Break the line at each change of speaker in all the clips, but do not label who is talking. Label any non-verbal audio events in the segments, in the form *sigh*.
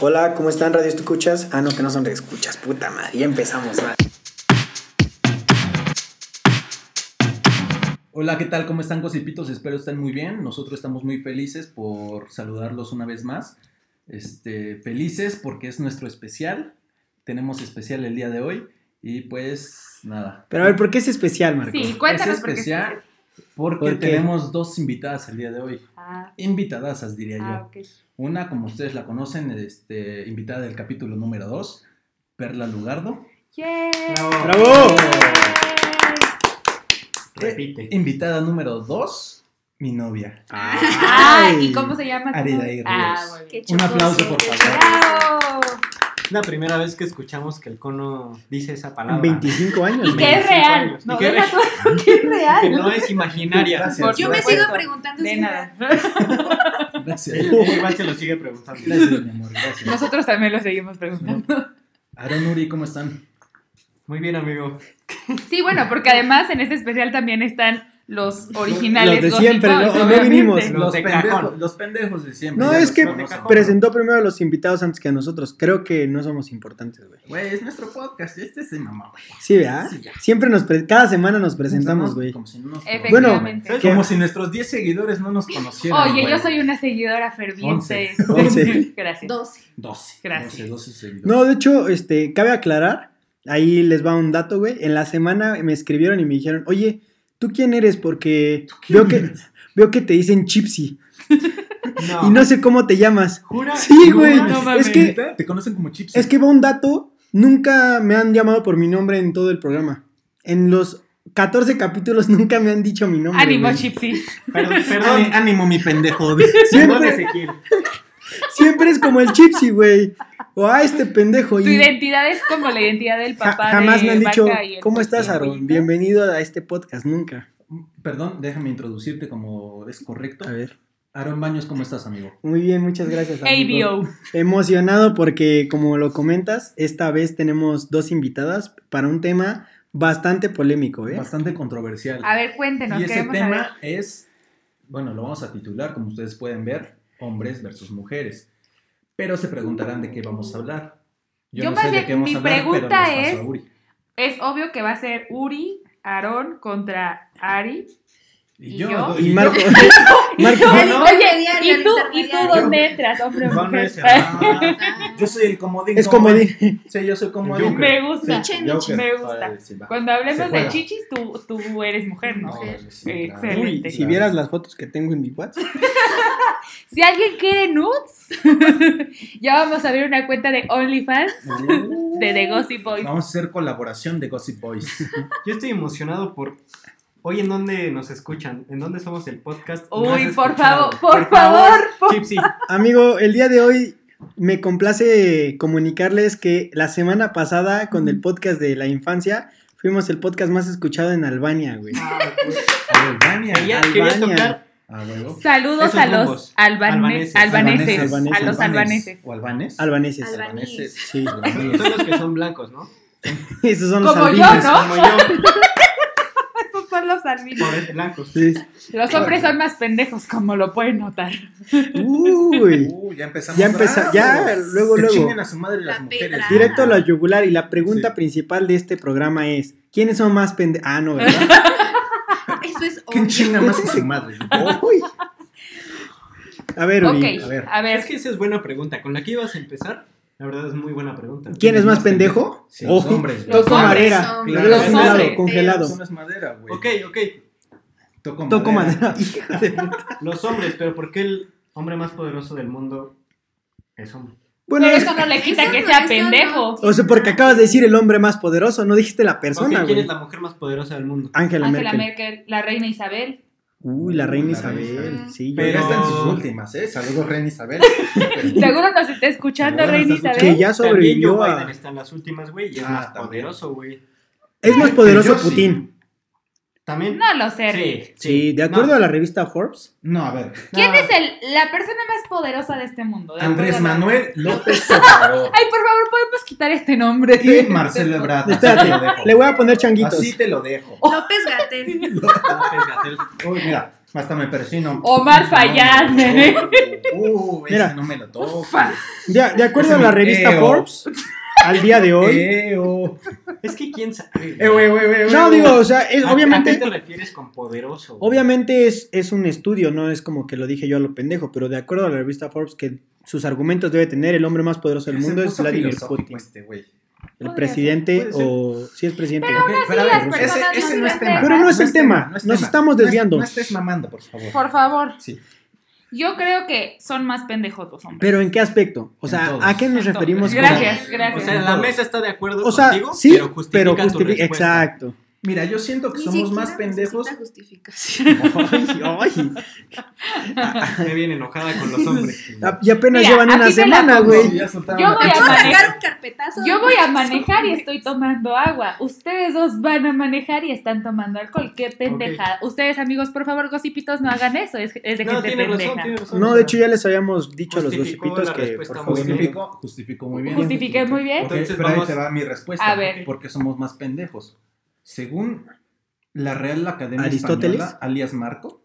Hola, ¿cómo están? Radio Escuchas. Ah, no, que no son escuchas, puta madre. Ya empezamos. va.
Hola, ¿qué tal? ¿Cómo están, Gossipitos? Espero estén muy bien. Nosotros estamos muy felices por saludarlos una vez más. Este, felices porque es nuestro especial. Tenemos especial el día de hoy. Y pues nada.
Pero a ver, ¿por qué es especial, Marco?
Sí, cuéntanos
es
por qué.
especial porque
¿Por qué?
tenemos dos invitadas el día de hoy.
*laughs*
Ah,
Invitadasas, diría
ah,
yo.
ok.
Una, como ustedes la conocen, este, invitada del capítulo número 2, Perla Lugardo.
¡Yay!
¡Bravo!
Repite.
Invitada número 2, mi novia.
Ah, ¿y cómo se llama?
Aridaí
Ah,
Ríos.
muy bien.
Un aplauso, por favor.
¡Bravo!
Es la primera vez que escuchamos que el cono dice esa palabra.
25 años,
Y
güey.
que es
25
real.
años.
No,
¿Y qué
deja
re-
tú eso, que es
Que
real.
no es imaginaria.
Gracias.
Yo me
Gracias.
sigo preguntando
*laughs* De
si
nada.
Gracias. *laughs*
Él- él igual se lo sigue preguntando.
Gracias, mi amor. Gracias.
Nosotros también lo seguimos preguntando.
Aaron Uri, ¿cómo están?
Muy bien, amigo.
Sí, bueno, porque además en este especial también están los
Los
originales.
de
Gossip
siempre,
Girls,
¿no? No
obviamente.
vinimos.
Los de
pendejos,
cajón.
los pendejos de siempre.
No,
ya
es
los
que
conocen.
presentó primero a los invitados antes que a nosotros. Creo que no somos importantes, güey.
Güey, es nuestro podcast. Este es de mamá, güey.
Sí, ¿verdad?
Sí, ya.
Siempre nos... pre- Cada semana nos ¿Ah? presentamos,
Como
güey.
si no nos
Bueno,
Efectivamente.
conocieran.
¿qué?
como si nuestros 10 seguidores no nos conocieran.
Oye,
güey.
yo soy una seguidora *laughs* ferviente.
Once. Once.
Gracias.
12.
12. 12,
Gracias.
12 seguidores.
No, de hecho, este, cabe aclarar, ahí les va un dato, güey. En la semana me escribieron y me dijeron, oye, ¿tú quién eres? Porque
quién
veo que,
eres?"
veo que te dicen Chipsy
No.
y no sé cómo te llamas.
¿Jura?
Sí, güey.
No,
no mames.
es que
¿Neta? Te conocen como chips.
es que va un dato, nunca me han llamado por mi nombre en todo el programa. En los 14 capítulos *laughs* nunca me han dicho mi nombre.
Ánimo,
güey.
Chipsy.
Perdón,
Ani-
perdón.
ánimo, mi pendejo.
*laughs* Perdón,
Siempre,
Ezequiel.
siempre es como el Chipsy, güey. O a este pendejo.
Tu
Y
identidad es como la identidad del
ja-
papá.
jamás
de
me han dicho,
Vaca y el-
¿cómo estás, Aaron? Bienvenido a este podcast, nunca.
Mm, Perdón, déjame introducirte como es correcto.
A ver.
Aaron Baños, ¿cómo estás, amigo?
Muy bien, muchas gracias. amigo.
ABO.
Emocionado porque, como lo comentas, esta vez tenemos dos invitadas para un tema bastante polémico, ¿eh?
Bastante controversial.
A ver, cuéntenos.
y ese
queremos
tema
saber.
es, bueno, lo vamos a titular, como ustedes pueden ver, hombres versus mujeres. Pero se preguntarán de qué vamos a hablar. Yo,
Yo
no
más
sé de
bien,
qué vamos
mi
a hablar, pero
pregunta
les paso
es-
a Uri.
Es obvio que va a ser Uri, Aaron contra Ari.
Y
¿y
yo,
yo?
Y
yo-
Marco, *laughs*
Y
Marco,
yo- *laughs*
¿no?
Oye, ¿y tú, ¿y tú
Intermediario.
dónde entras, hombre o
No, no
mujer?
es cerrado.
*laughs* Ah, yo soy el comodín.
es como
comodín.
dije,
Sí, yo soy comodín.
Joker.
Me gusta.
Sí,
Joker.
Michi,
me
Para
gusta.
decir, va.
Cuando
Se
hablemos
juega.
de chichis, tú, tú eres mujer, ¿no?
No, sí,
Eh,
claro.
excelente.
si vieras las fotos que tengo en mi WhatsApp,
Si alguien quiere nudes, *laughs* ya vamos a abrir una cuenta de OnlyFans
Uh,
de The Gossip Boys.
Vamos a hacer colaboración de Gossip *laughs* Boys.
Yo estoy emocionado por. Hoy en dónde nos escuchan, en dónde somos el podcast.
Uy,
más escuchado.
por favor, por favor, *laughs*
Chipsy,
amigo, el día de hoy me complace comunicarles que la semana pasada con el podcast de la infancia fuimos el podcast más escuchado en Albania, güey.
Albania.
Ah, pues, Quería, quería
Albania.
tocar.
A huevo.
Saludos
Esos
a los
rumbos.
albane-
Albaneses.
albaneses,
Albaneses.
a los albaneses. *laughs*
¿O albanes?
Albaneses.
Alba-
Albaneses.
Sí.
Albaneses.
Son los que son blancos, ¿no?
*laughs*
Pues,
Esos son los
Como yo,
albinos.
¿No?
Como yo,
Esos son los albinos.
pobres blancos.
Sí.
Los hombres son más pendejos, como lo pueden notar.
Uy.
Uh, ya empezamos.
Ya empeza- ya,
bravos.
luego,
Que
luego.
chinguen a su madre las
La
mujeres.
pedra.
Directo a la yugular y la pregunta
Sí.
principal de este programa es ¿Quiénes son más pende... Ah, no, ¿verdad?
Ah, Eso es
¿Quién
obvio.
chinga más a su madre?
Uy. A ver,
Ok,
Uri,
a ver.
a ver.
Es que esa es buena pregunta. Con la que ibas a empezar, la verdad es muy buena pregunta.
¿quién es más pendejo?
Sí, los
Ojo,
hombres. güey.
Toco
Los hombres
madera,
son-
lo
Claro,
veo
los
congelado,
hombres.
congelado.
Eso no es madera, güey.
Ok, ok.
Toco,
Toco
madera.
madera, hija de puta.
Los hombres, pero ¿por qué el hombre más poderoso del mundo es hombre?
Bueno,
Pero
es-
eso no le quita
Eso
que
no,
sea
eso
pendejo.
no.
o sea, porque acabas de decir el hombre más poderoso, no dijiste la persona,
Ok, ¿Quién
güey.
es la mujer más poderosa del mundo?
Ángela
Angela
Merkel.
Merkel, la reina Isabel.
Uy, la reina
La
Isabel.
reina.
Sí, yo-
Pero ya
Pero-
está en sus últimas, ¿eh? Saludos, Ren Isabel.
Seguro nos está escuchando,
Seguro nos
reina
está
Que
Isabel.
ya
También
sobrevivió
Joe
a...
Biden está en las últimas, güey, y es
Ah,
más
también.
poderoso, güey.
Es más
Que
poderoso
yo sí.
Putin.
¿También?
No lo sé. Rick.
Sí, de acuerdo
No.
a la revista Forbes.
No, a ver.
¿Quién
No.
es el, la persona más poderosa de este mundo? De
Andrés
acuerdo a la-
Manuel López Obrador.
Ay, por favor, podemos quitar este nombre.
y Marcelo Ebrard. Así te lo
Espérate,
dejo.
le voy a poner changuitos.
*laughs* Así te lo dejo.
López Gatel.
López Gatell.
Uy, mira. Hasta me persino.
Omar Fayad, nene.
Uh, ese
Mira.
no me lo toco.
Ufa.
De, de acuerdo a la revista
Eo.
Forbes, al día de
*laughs*
hoy.
Es que quién sabe.
Eh, güey, güey, güey,
No,
güey.
digo, o sea, es-
¿A- ¿A qué
obviamente,
te refieres con poderoso? güey?
obviamente es, es un estudio, no es como que lo dije yo a lo pendejo, pero de acuerdo a la revista Forbes, que sus argumentos debe tener el hombre más poderoso del
Se
mundo es
puso
Vladimir
filosófico
Putin.
Este, güey.
El
Podría
presidente
ser, puede
o... Sí, es presidente.
Ok, pero a
las
ver,
personas no se las dejan.
Pero no es el tema,
es
nos estamos
No es-
desviando.
No, estés mamando, por favor.
Por favor.
Sí.
Yo creo que son más pendejos los hombres.
Pero ¿en qué aspecto? O
En
sea,
todos.
¿a qué nos
*laughs*
referimos? con-
Gracias,
O
gracias.
sea, la mesa está de acuerdo
O sea,
contigo,
sí,
pero justifica
pero
tu
justifica...
respuesta.
Exacto.
Mira, yo siento que
Ni
somos
siquiera
más pendejos.
necesita justificación.
Ay,
*laughs*
ay.
Me viene enojada con los hombres.
*laughs* Y apenas
Mira,
llevan
así
una
te la
semana,
pongo.
güey.
Ya soltaron
Yo
la
voy a
Yo voy
cachorra.
a
manejar.
sacar un carpetazo.
Yo voy a manejar este. y estoy tomando agua. Ustedes dos van a manejar y están tomando alcohol. Qué pendejada. Ustedes, amigos, por favor, gocipitos, no hagan eso. Es, es de
No,
gente
tiene
pendeja.
razón, tiene razón.
No, de hecho ya les habíamos dicho a los
Justificó
gocipitos
la
que
respuesta
por
muy
favor no-
*laughs* bien.
Justifico, justifico muy bien.
Justifiqué muy bien.
Ok,
Entonces
pero
vamos-
ahí te va mi respuesta.
A ver.
Porque somos más pendejos. Según la Real Academia
¿Aristóteles?
Española, alias Marco,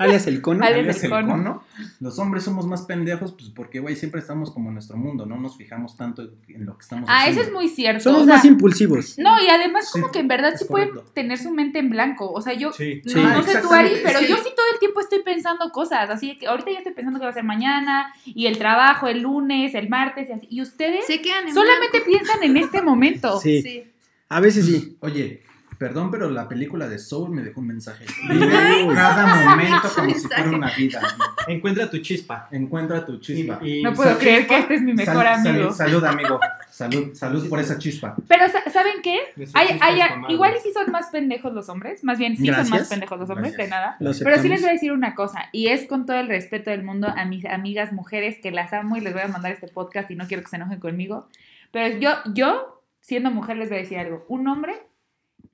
alias el cono.
Alias
alias
el
el
cono.
cono, los hombres somos más pendejos, pues porque, güey, siempre estamos como en nuestro mundo, no nos fijamos tanto en lo que estamos
Ah,
haciendo.
eso es muy cierto.
Somos
o sea,
más impulsivos.
No, y además como
Sí,
que en verdad sí
es
pueden
correcto.
tener su mente en blanco. O sea, yo
Sí.
Sí.
no, no sé tú, Ari,
Exactamente,
pero
es que-
yo sí todo el tiempo estoy pensando cosas. Así que ahorita ya estoy pensando qué va a ser mañana, y el trabajo, el lunes, el martes, y así. Y ustedes
Se quedan en
solamente piensan en este momento.
Sí.
Sí.
A veces sí.
Oye, perdón, pero la película de Soul me dejó un mensaje. Vive cada momento como si fuera una vida.
Encuentra tu chispa.
Encuentra tu chispa.
Y- y-
No puedo
sal-
creer que este es mi mejor
Sal- sal-
amigo.
salud, amigo. Salud, salud por esa chispa.
Pero sa- ¿saben qué?
Esa
Hay,
chispa
hay-
es mamada.
igual y sí son más pendejos los hombres, más bien sí son
Gracias.
más pendejos los hombres,
Gracias.
de nada.
Lo
Pero sí les voy
aceptamos.
a decir una cosa, y es con todo el respeto del mundo a mis amigas mujeres que las amo y les voy a mandar este podcast y no quiero que se enojen conmigo. Pero yo, yo siendo mujer, les voy a decir algo. Un hombre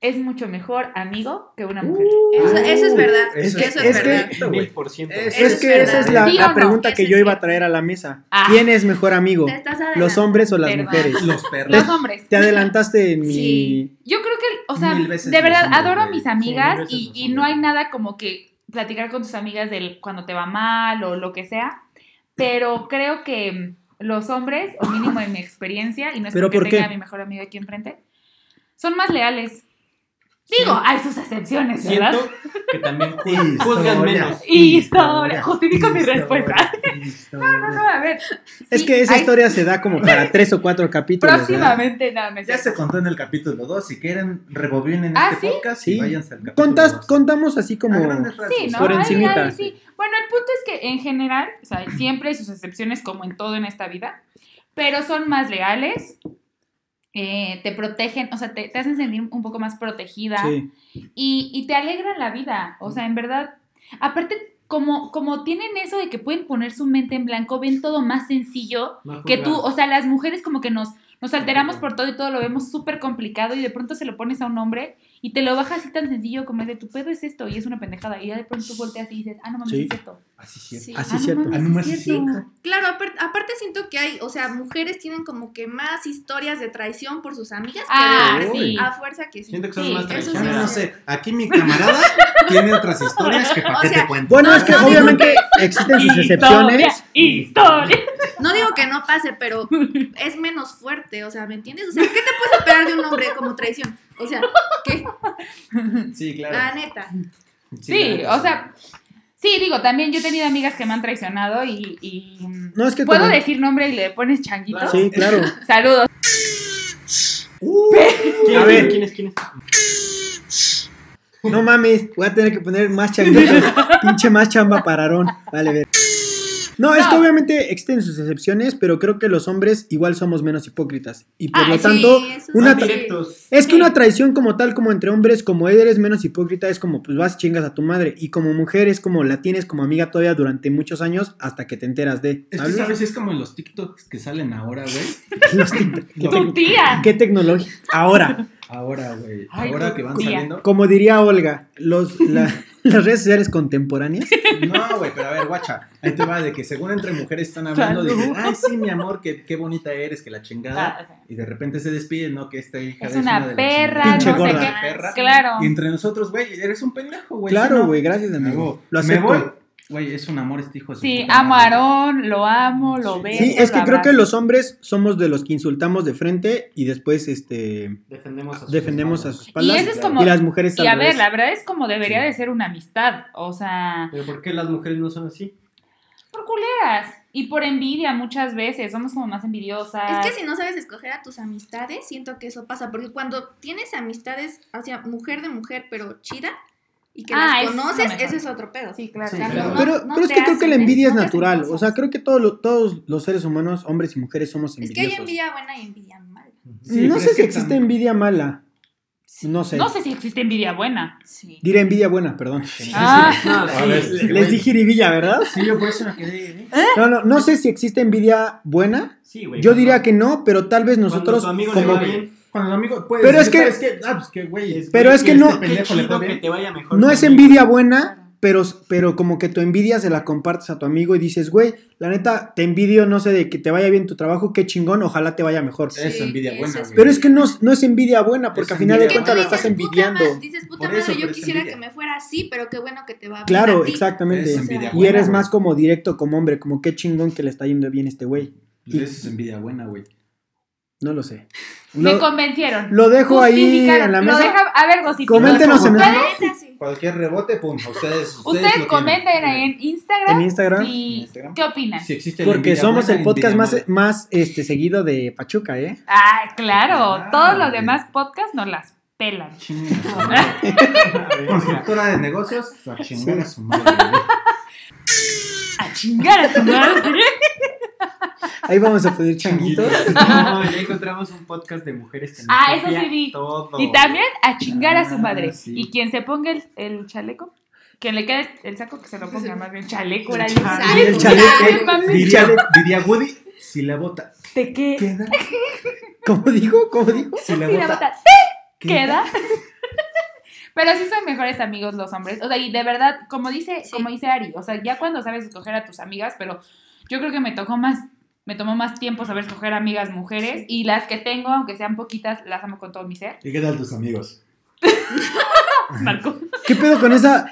es mucho mejor amigo que una mujer.
Uh.
Eso, eso es verdad.
Eso es-
eso es,
es que-
verdad.
Mil por ciento.
Es-
Uh, Es que esa es la,
¿Sí o
la
no?
pregunta que
Ese
yo
sí.
iba a traer a la mesa.
Ah.
¿Quién es mejor amigo?
Te estás adelantando.
¿Los hombres o las
Perdón.
mujeres?
*laughs*
Los perros.
Los hombres.
Te adelantaste en mi...
Sí. Yo creo que, o sea,
Mil veces
de verdad,
los hombres,
adoro a
güey.
mis
mil
amigas
veces
y,
los
y no hay
hombres.
nada como que platicar con tus amigas del cuando te va mal o lo que sea, pero creo que mm, los hombres, o mínimo en mi experiencia, y no es
¿Pero
porque
por qué?
tenga a mi mejor amigo aquí enfrente, son más leales. Digo, hay sus excepciones, ¿verdad?
Siento que también
Historia.
juzgan menos.
Historia. Justifico mi
Historia.
respuesta.
Historia.
No, no, *laughs* a ver.
Es
sí,
que esa
hay-
historia se da como para tres o cuatro capítulos. ¿verdad?
Próximamente, nada, me
Ya se contó en el capítulo 2. Si quieren, rebobinen
¿Ah,
este
sí?
podcast
Sí.
y váyanse al capítulo
Contas-
2.
contamos así como...
A grandes rasgos.
Sí, ¿no?
Por
Ay,
encimita.
ay, sí. Bueno, el punto es que en general, o sea, siempre hay sus excepciones como en todo en esta vida, pero son más leales, eh, te protegen, o sea, te, te hacen sentir un poco más protegida
Sí.
y, y te alegran la vida, o sea, en verdad, aparte, como, como tienen eso de que pueden poner su mente en blanco, ven todo más sencillo
no
que tú,
juzgan.
o sea, las mujeres como que nos, nos alteramos por todo y todo lo vemos súper complicado y de pronto se lo pones a un hombre y te lo bajas así tan sencillo como es de tu pedo es esto y es una pendejada y ya de pronto tú volteas y dices, ah, no mames,
Sí.
es esto.
Así es cierto.
Sí.
Así
Ah,
es cierto.
Ah,
mames,
no
es
mames, es
cierto.
cierto.
Claro, apar- aparte siento que hay, o sea, mujeres tienen como que más historias de traición por sus amigas que
Ah,
de hombres.
sí.
A fuerza que sí.
Siento que son
Sí,
más
eso sí.
Yo no
traicioneros.
sé, aquí mi camarada tiene otras historias
*laughs*
que para
O
qué
sea,
te cuento.
Bueno, es que
Ah,
No, no,
obviamente existen sus
Historia,
excepciones.
historia.
*laughs*
No digo que no pase, pero es menos fuerte, o sea, ¿me entiendes? O sea, ¿qué te puedes esperar de un hombre como traición? O sea, ¿qué?
Sí,
La
claro.
neta.
Ah, Sí,
claro.
o sea, sí, digo, también yo he tenido amigas que me han traicionado y... y, mm,
No, es que
¿Puedo
como-
decir nombre y le pones changuito?
Claro.
Sí,
*laughs*
claro. Uh,
Saludos.
¿Quién,
A ver.
¿Quién es? ¿Quién es?
No mames, voy a tener que poner más
*laughs*
changuitos. pinche más chamba pararón. Vale, ver. No, es que
No.
obviamente existen sus excepciones, pero creo que los hombres igual somos menos hipócritas. Y por
Ah,
lo
sí,
tanto,
Sí, eso
una
Más
sí.
tra-
directos.
es que
sí.
una traición como tal, como entre hombres, como eres menos hipócrita, es como pues vas y chingas a tu madre. Y como mujer es como la tienes como amiga todavía durante muchos años hasta que te enteras de.
Es que,
¿sabes? *laughs*
¿sabes? Es como en
*laughs*
los TikToks que salen ahora, güey.
Los tic-
Tu tía.
¿Qué tecnología? Ahora,
Ahora, güey.
Ay,
Ahora
no,
que van
tía.
saliendo.
Como diría Olga, los, la-
*laughs*
las redes sociales contemporáneas.
No, güey, pero a ver, guacha. Ahí te va de que según entre mujeres están hablando de, que,
Salud.
ay, sí, mi amor, que, qué bonita eres, que la chingada.
Ah, o sea,
Y de repente se despiden, ¿no? Que esta hija
Es una
de las
perra,
chingadas.
no sé
gorda,
qué.
perra.
Claro.
Y entre nosotros, güey, eres un pendejo,
Pues
güey. ¿sí o
claro,
no?
güey, gracias, amigo.
Luego,
Lo
me
acepto.
voy. Güey, es un amor este hijo. de su
Sí,
puta
amo a
madre.
Aarón, lo amo, lo
Sí,
pues,
veo.
Sí, es que creo que los hombres somos de los que insultamos de frente y después este
Defendemos a sus
defendemos a
espaldas.
sus espaldas.
eso es como-
y las mujeres
Y
al
a ver,
revés.
la verdad es como debería de ser una amistad, o sea,
¿Pero por qué las mujeres no son así?
por culeras y por envidia muchas veces, somos como más envidiosas.
Es que si no sabes escoger a tus amistades, siento que eso pasa. Porque cuando tienes amistades, o sea, mujer de mujer, pero chida, y que
Ah,
las
eso es lo
conoces,
mejor.
eso es otro pedo.
Sí, claro.
Sí,
O sea,
claro.
no-
pero
no
pero es
te
que creo que
hacen
la
eso,
envidia es
no te hacen
natural. O sea,
cosas.
creo que todo lo- todos los seres humanos, hombres y mujeres, somos
Es que hay
envidiosos.
envidia buena y envidia mala.
Sí,
no
pero
sé
es
si
que
existe
también-
envidia mala. No sé.
No sé si existe envidia buena.
Sí.
Diré envidia buena, perdón.
Ah.
No,
A ver,
sí.
sí.
Les dije jiribilla, ¿verdad?
Sí, yo por eso me quedé. ¿eh?
No, no, no sé si existe envidia buena.
Sí, güey.
Yo
cuando-
diría que no, pero tal vez
cuando
nosotros
tu amigo le
como
va bien,
Cuando el amigo puede
Pero
decir,
es
"¿Sabes qué? Ah, pues que, güey.
Pero es que no-
este
Qué
pendejo le
chido
fue
que
bien.
te vaya mejor.
no
que
es
a mí.
envidia buena, pero, pero como que tu envidia se la compartes a tu amigo y dices, güey, la neta, te envidio, no sé, de que te vaya bien tu trabajo, qué chingón, ojalá te vaya mejor.
Sí,
Eso, envidia
eso
buena,
es-
güey.
Pero es que no, no es envidia buena, porque
Es
al final de
envidia
cuentas lo
buena.
estás
Dices, puta
envidiando.
madre, dices, puta
Por eso,
madre, yo
pero es
quisiera
envidia.
que me fuera así, pero qué bueno que te va bien
Claro,
a ti.
exactamente.
Es
envidia
Y
buena,
eres
güey.
más como directo como hombre, como qué chingón que le está yendo bien este güey.
Pues Eso es envidia buena, güey.
No lo sé.
Me
Lo,
convencieron.
lo dejo ahí
Justificaron,
en la
Lo
mesa.
deja- a ver, Gosipito.
Coméntenos en,
¿Ustedes?
Es así.
Cualquier rebote, pum. Ustedes, ustedes,
Ustedes
lo
comenten
tienen.
ahí en Instagram.
en Instagram.
si-
en Instagram.
¿Qué opinan?
Si existe la
Porque
envidia
somos
buena,
el podcast
envidia
más,
mala.
más este, seguido de Pachuca, ¿eh?
Ah, claro.
Ah,
todos los
ok.
demás podcasts nos las pelan.
*laughs*
*laughs*
Chinga su madre.
e-
Constructora de negocios, a chingar a su madre. güey.
*laughs*
A chingar a tu madre.
Ahí vamos a pedir changuitos.
No, ya encontramos un podcast de mujeres que nos
Ah, eso
copia
sí vi.
Todo.
Y también a chingar a su
Ah,
madre.
sí.
Y quien se ponga el, el chaleco, quien le quede el saco, que se lo ponga más bien. Chaleco, era
chaleco.
yo.
El chaleco.
Mami,
Diría, diría Woody, si la bota
¿te qué?
queda,
*laughs* ¿Cómo digo? ¿Cómo digo?
si la
Sí, la
bota
bota.
*laughs*
queda. Pero sí son mejores amigos los hombres. O sea, y de verdad, como dice,
Sí.
como dice Ari, o sea, ya cuando sabes escoger a tus amigas, pero yo creo que me tocó más, me tomó más tiempo saber escoger amigas mujeres. Y las que tengo, aunque sean poquitas, las amo con todo mi ser.
¿Y qué tal tus amigos?
Marco.
¿Qué pedo con esa?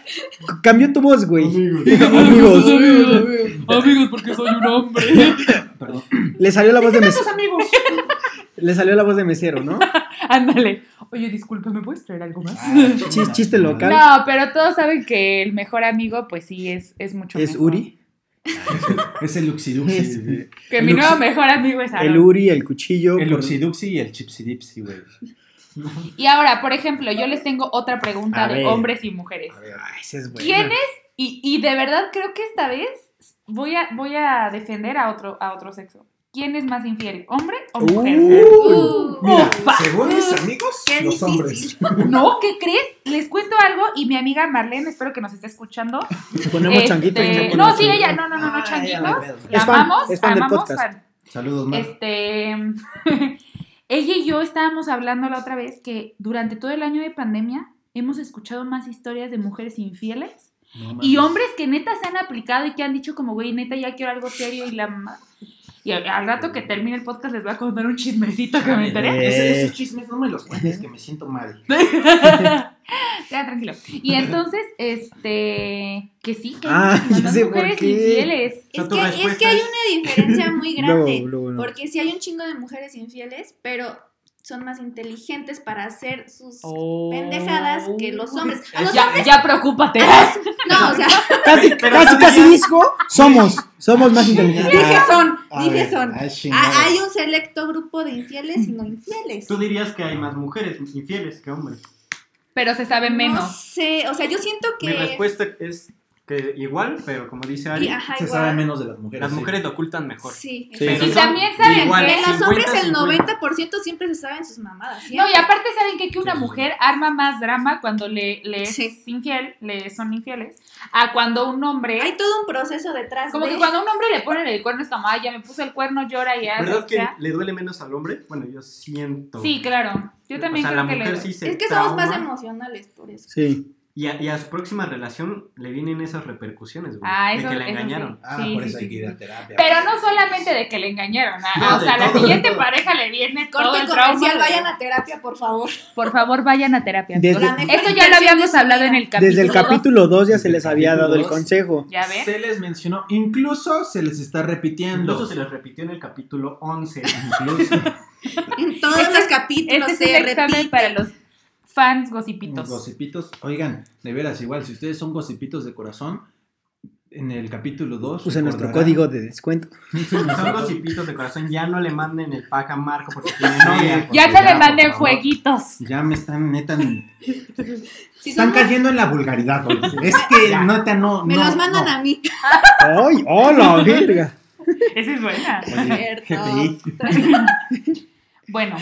Cambió tu voz, güey.
Amigos,
Amigos.
amigos, porque soy un hombre. *laughs*
Perdón.
Le salió la voz de mesero. Le salió la voz de mesero, ¿no?
Ándale. Oye, disculpa, ¿me puedes traer algo más?
*laughs* Chis- chiste local.
No, pero todos saben que el mejor amigo, pues sí, es, es mucho
Es
mejor.
Uri.
Es el Uxiduxi.
Es-
güey.
Que
El
mi
Uxi-
nuevo mejor amigo es Aaron.
El Uri, el cuchillo.
El
por-
Uxiduxi y el Chipsidipsi, güey.
Y ahora, por ejemplo, yo les tengo otra pregunta
A
de
ver.
hombres y mujeres.
A ver,
Ay, ese es bueno.
¿Quién es? Y, y de verdad creo que esta vez voy a, voy a defender a otro, a otro sexo. ¿Quién es más infiel, hombre o mujer?
Uh,
Uh,
Mira,
Ufa.
según mis amigos,
Qué
los hombres.
difícil.
Uh.
No, ¿qué crees? Les cuento algo y mi amiga Marlene, espero que nos esté escuchando.
Ponemos
Este,
changuito.
No, sí, ella, no, no, no, no, changuito. La
Es fan,
amamos,
es fan del
amamos,
podcast.
fan.
Saludos, Mar.
Este, *laughs* ella y yo estábamos hablando la otra vez que durante todo el año de pandemia hemos escuchado más historias de mujeres infieles
No mames.
y hombres que neta se han aplicado y que han dicho como, güey, neta ya quiero algo serio y la mamá. Y al, al rato que termine el podcast les voy a contar un chismecito que me enteré. *laughs*
Ese- Esos chismes no me los cuentes, que me siento mal.
Ya, tranquilo. Y entonces, este, que sí, que hay
Ah,
muchísimas
*laughs* ya
más
sé por
mujeres
qué.
infieles.
O sea,
Es
tu
que,
respuesta
es que hay
es-
una diferencia muy grande.
*laughs* Luego, luego, no.
Porque sí hay un chingo de mujeres infieles, pero son más inteligentes para hacer sus Oh. pendejadas que los hombres. A los
Oh, Ya,
hombres,
ya
*laughs*
preocúpate.
no, o sea,
*laughs* Casi,
Pero
casi,
todavía-
casi disco. Somos. Somos más inteligentes.
*laughs* dije son,
A
dije
ver,
son.
ay, chingada.
Ah, Hay un selecto grupo de infieles y no infieles.
Tú dirías que hay más mujeres infieles que hombres.
Pero se sabe
No
menos.
sé, o sea, yo siento
Mi
que
respuesta es Que igual, pero como dice
Y, ah.
Ari,
ajá,
Se
igual.
sabe menos de las mujeres.
las
sí.
mujeres lo ocultan mejor.
Sí.
Sí.
Y
son
también saben
igual,
que
De los hombres
50,
el
50.
90% siempre se saben sus mamadas.
No,
siempre.
y aparte saben que, que una
Sí.
mujer arma más drama cuando le, le es
Sí.
infiel, le son infieles, a cuando un hombre...
Hay todo un proceso detrás.
como
de-
que cuando un hombre le ponen el cuerno es como, ay, ya me puso el cuerno, llora y hace.
¿Verdad
o
que
sea.
le duele menos al hombre? Bueno, yo siento.
Sí, claro. Yo también
o sea,
creo
la
que
mujer
le...
sí se
Es que somos más
trauma,
emocionales por eso.
Sí.
y, a, y a su próxima relación le vienen esas repercusiones, güey.
Ah,
de
eso-
que la
eso sí.
engañaron.
Ah,
Sí,
por
sí,
eso hay
sí,
que ir
sí.
a terapia.
Pero no solamente de que le engañaron, ah,
No,
o
de
sea, la
todo, de
siguiente
todo.
pareja le viene todo
Corte
el trauma
comercial,
de-
vayan a terapia, por favor.
Por favor, vayan a terapia.
Desde-
Entonces,
La
mejor
Eso ya lo
inversión de
habíamos
su
hablado
vida.
en el capítulo.
Desde el
dos.
capítulo 2 ya se
Desde
les
el
había
capítulo
dado el
dos.
consejo.
Ya ves.
Se les mencionó, incluso se les está repitiendo.
Incluso se les repitió en el capítulo *laughs* 11.
Incluso.
En todos
Este-
los capítulos
Este es
se
el examen
repite.
para los fans gossipitos.
Gossipitos. Oigan, de veras, igual, si ustedes son gossipitos de corazón, en el capítulo 2.
Usa nuestro código de descuento.
Si son gocipitos de corazón, ya no le manden el pack a Marco porque tiene novia.
Ya no
Porque
le
ya,
manden
por favor.
*laughs*
fueguitos.
Ya me están, neta.
Si son
Están
más-
cayendo en la vulgaridad,
*laughs*
güey. Es que,
Ya.
neta, no.
me
no,
los mandan
no.
a mí. *laughs*
¡Ay! ¡Hola, verga!
Esa es buena.
Oye, GPI.
Bueno,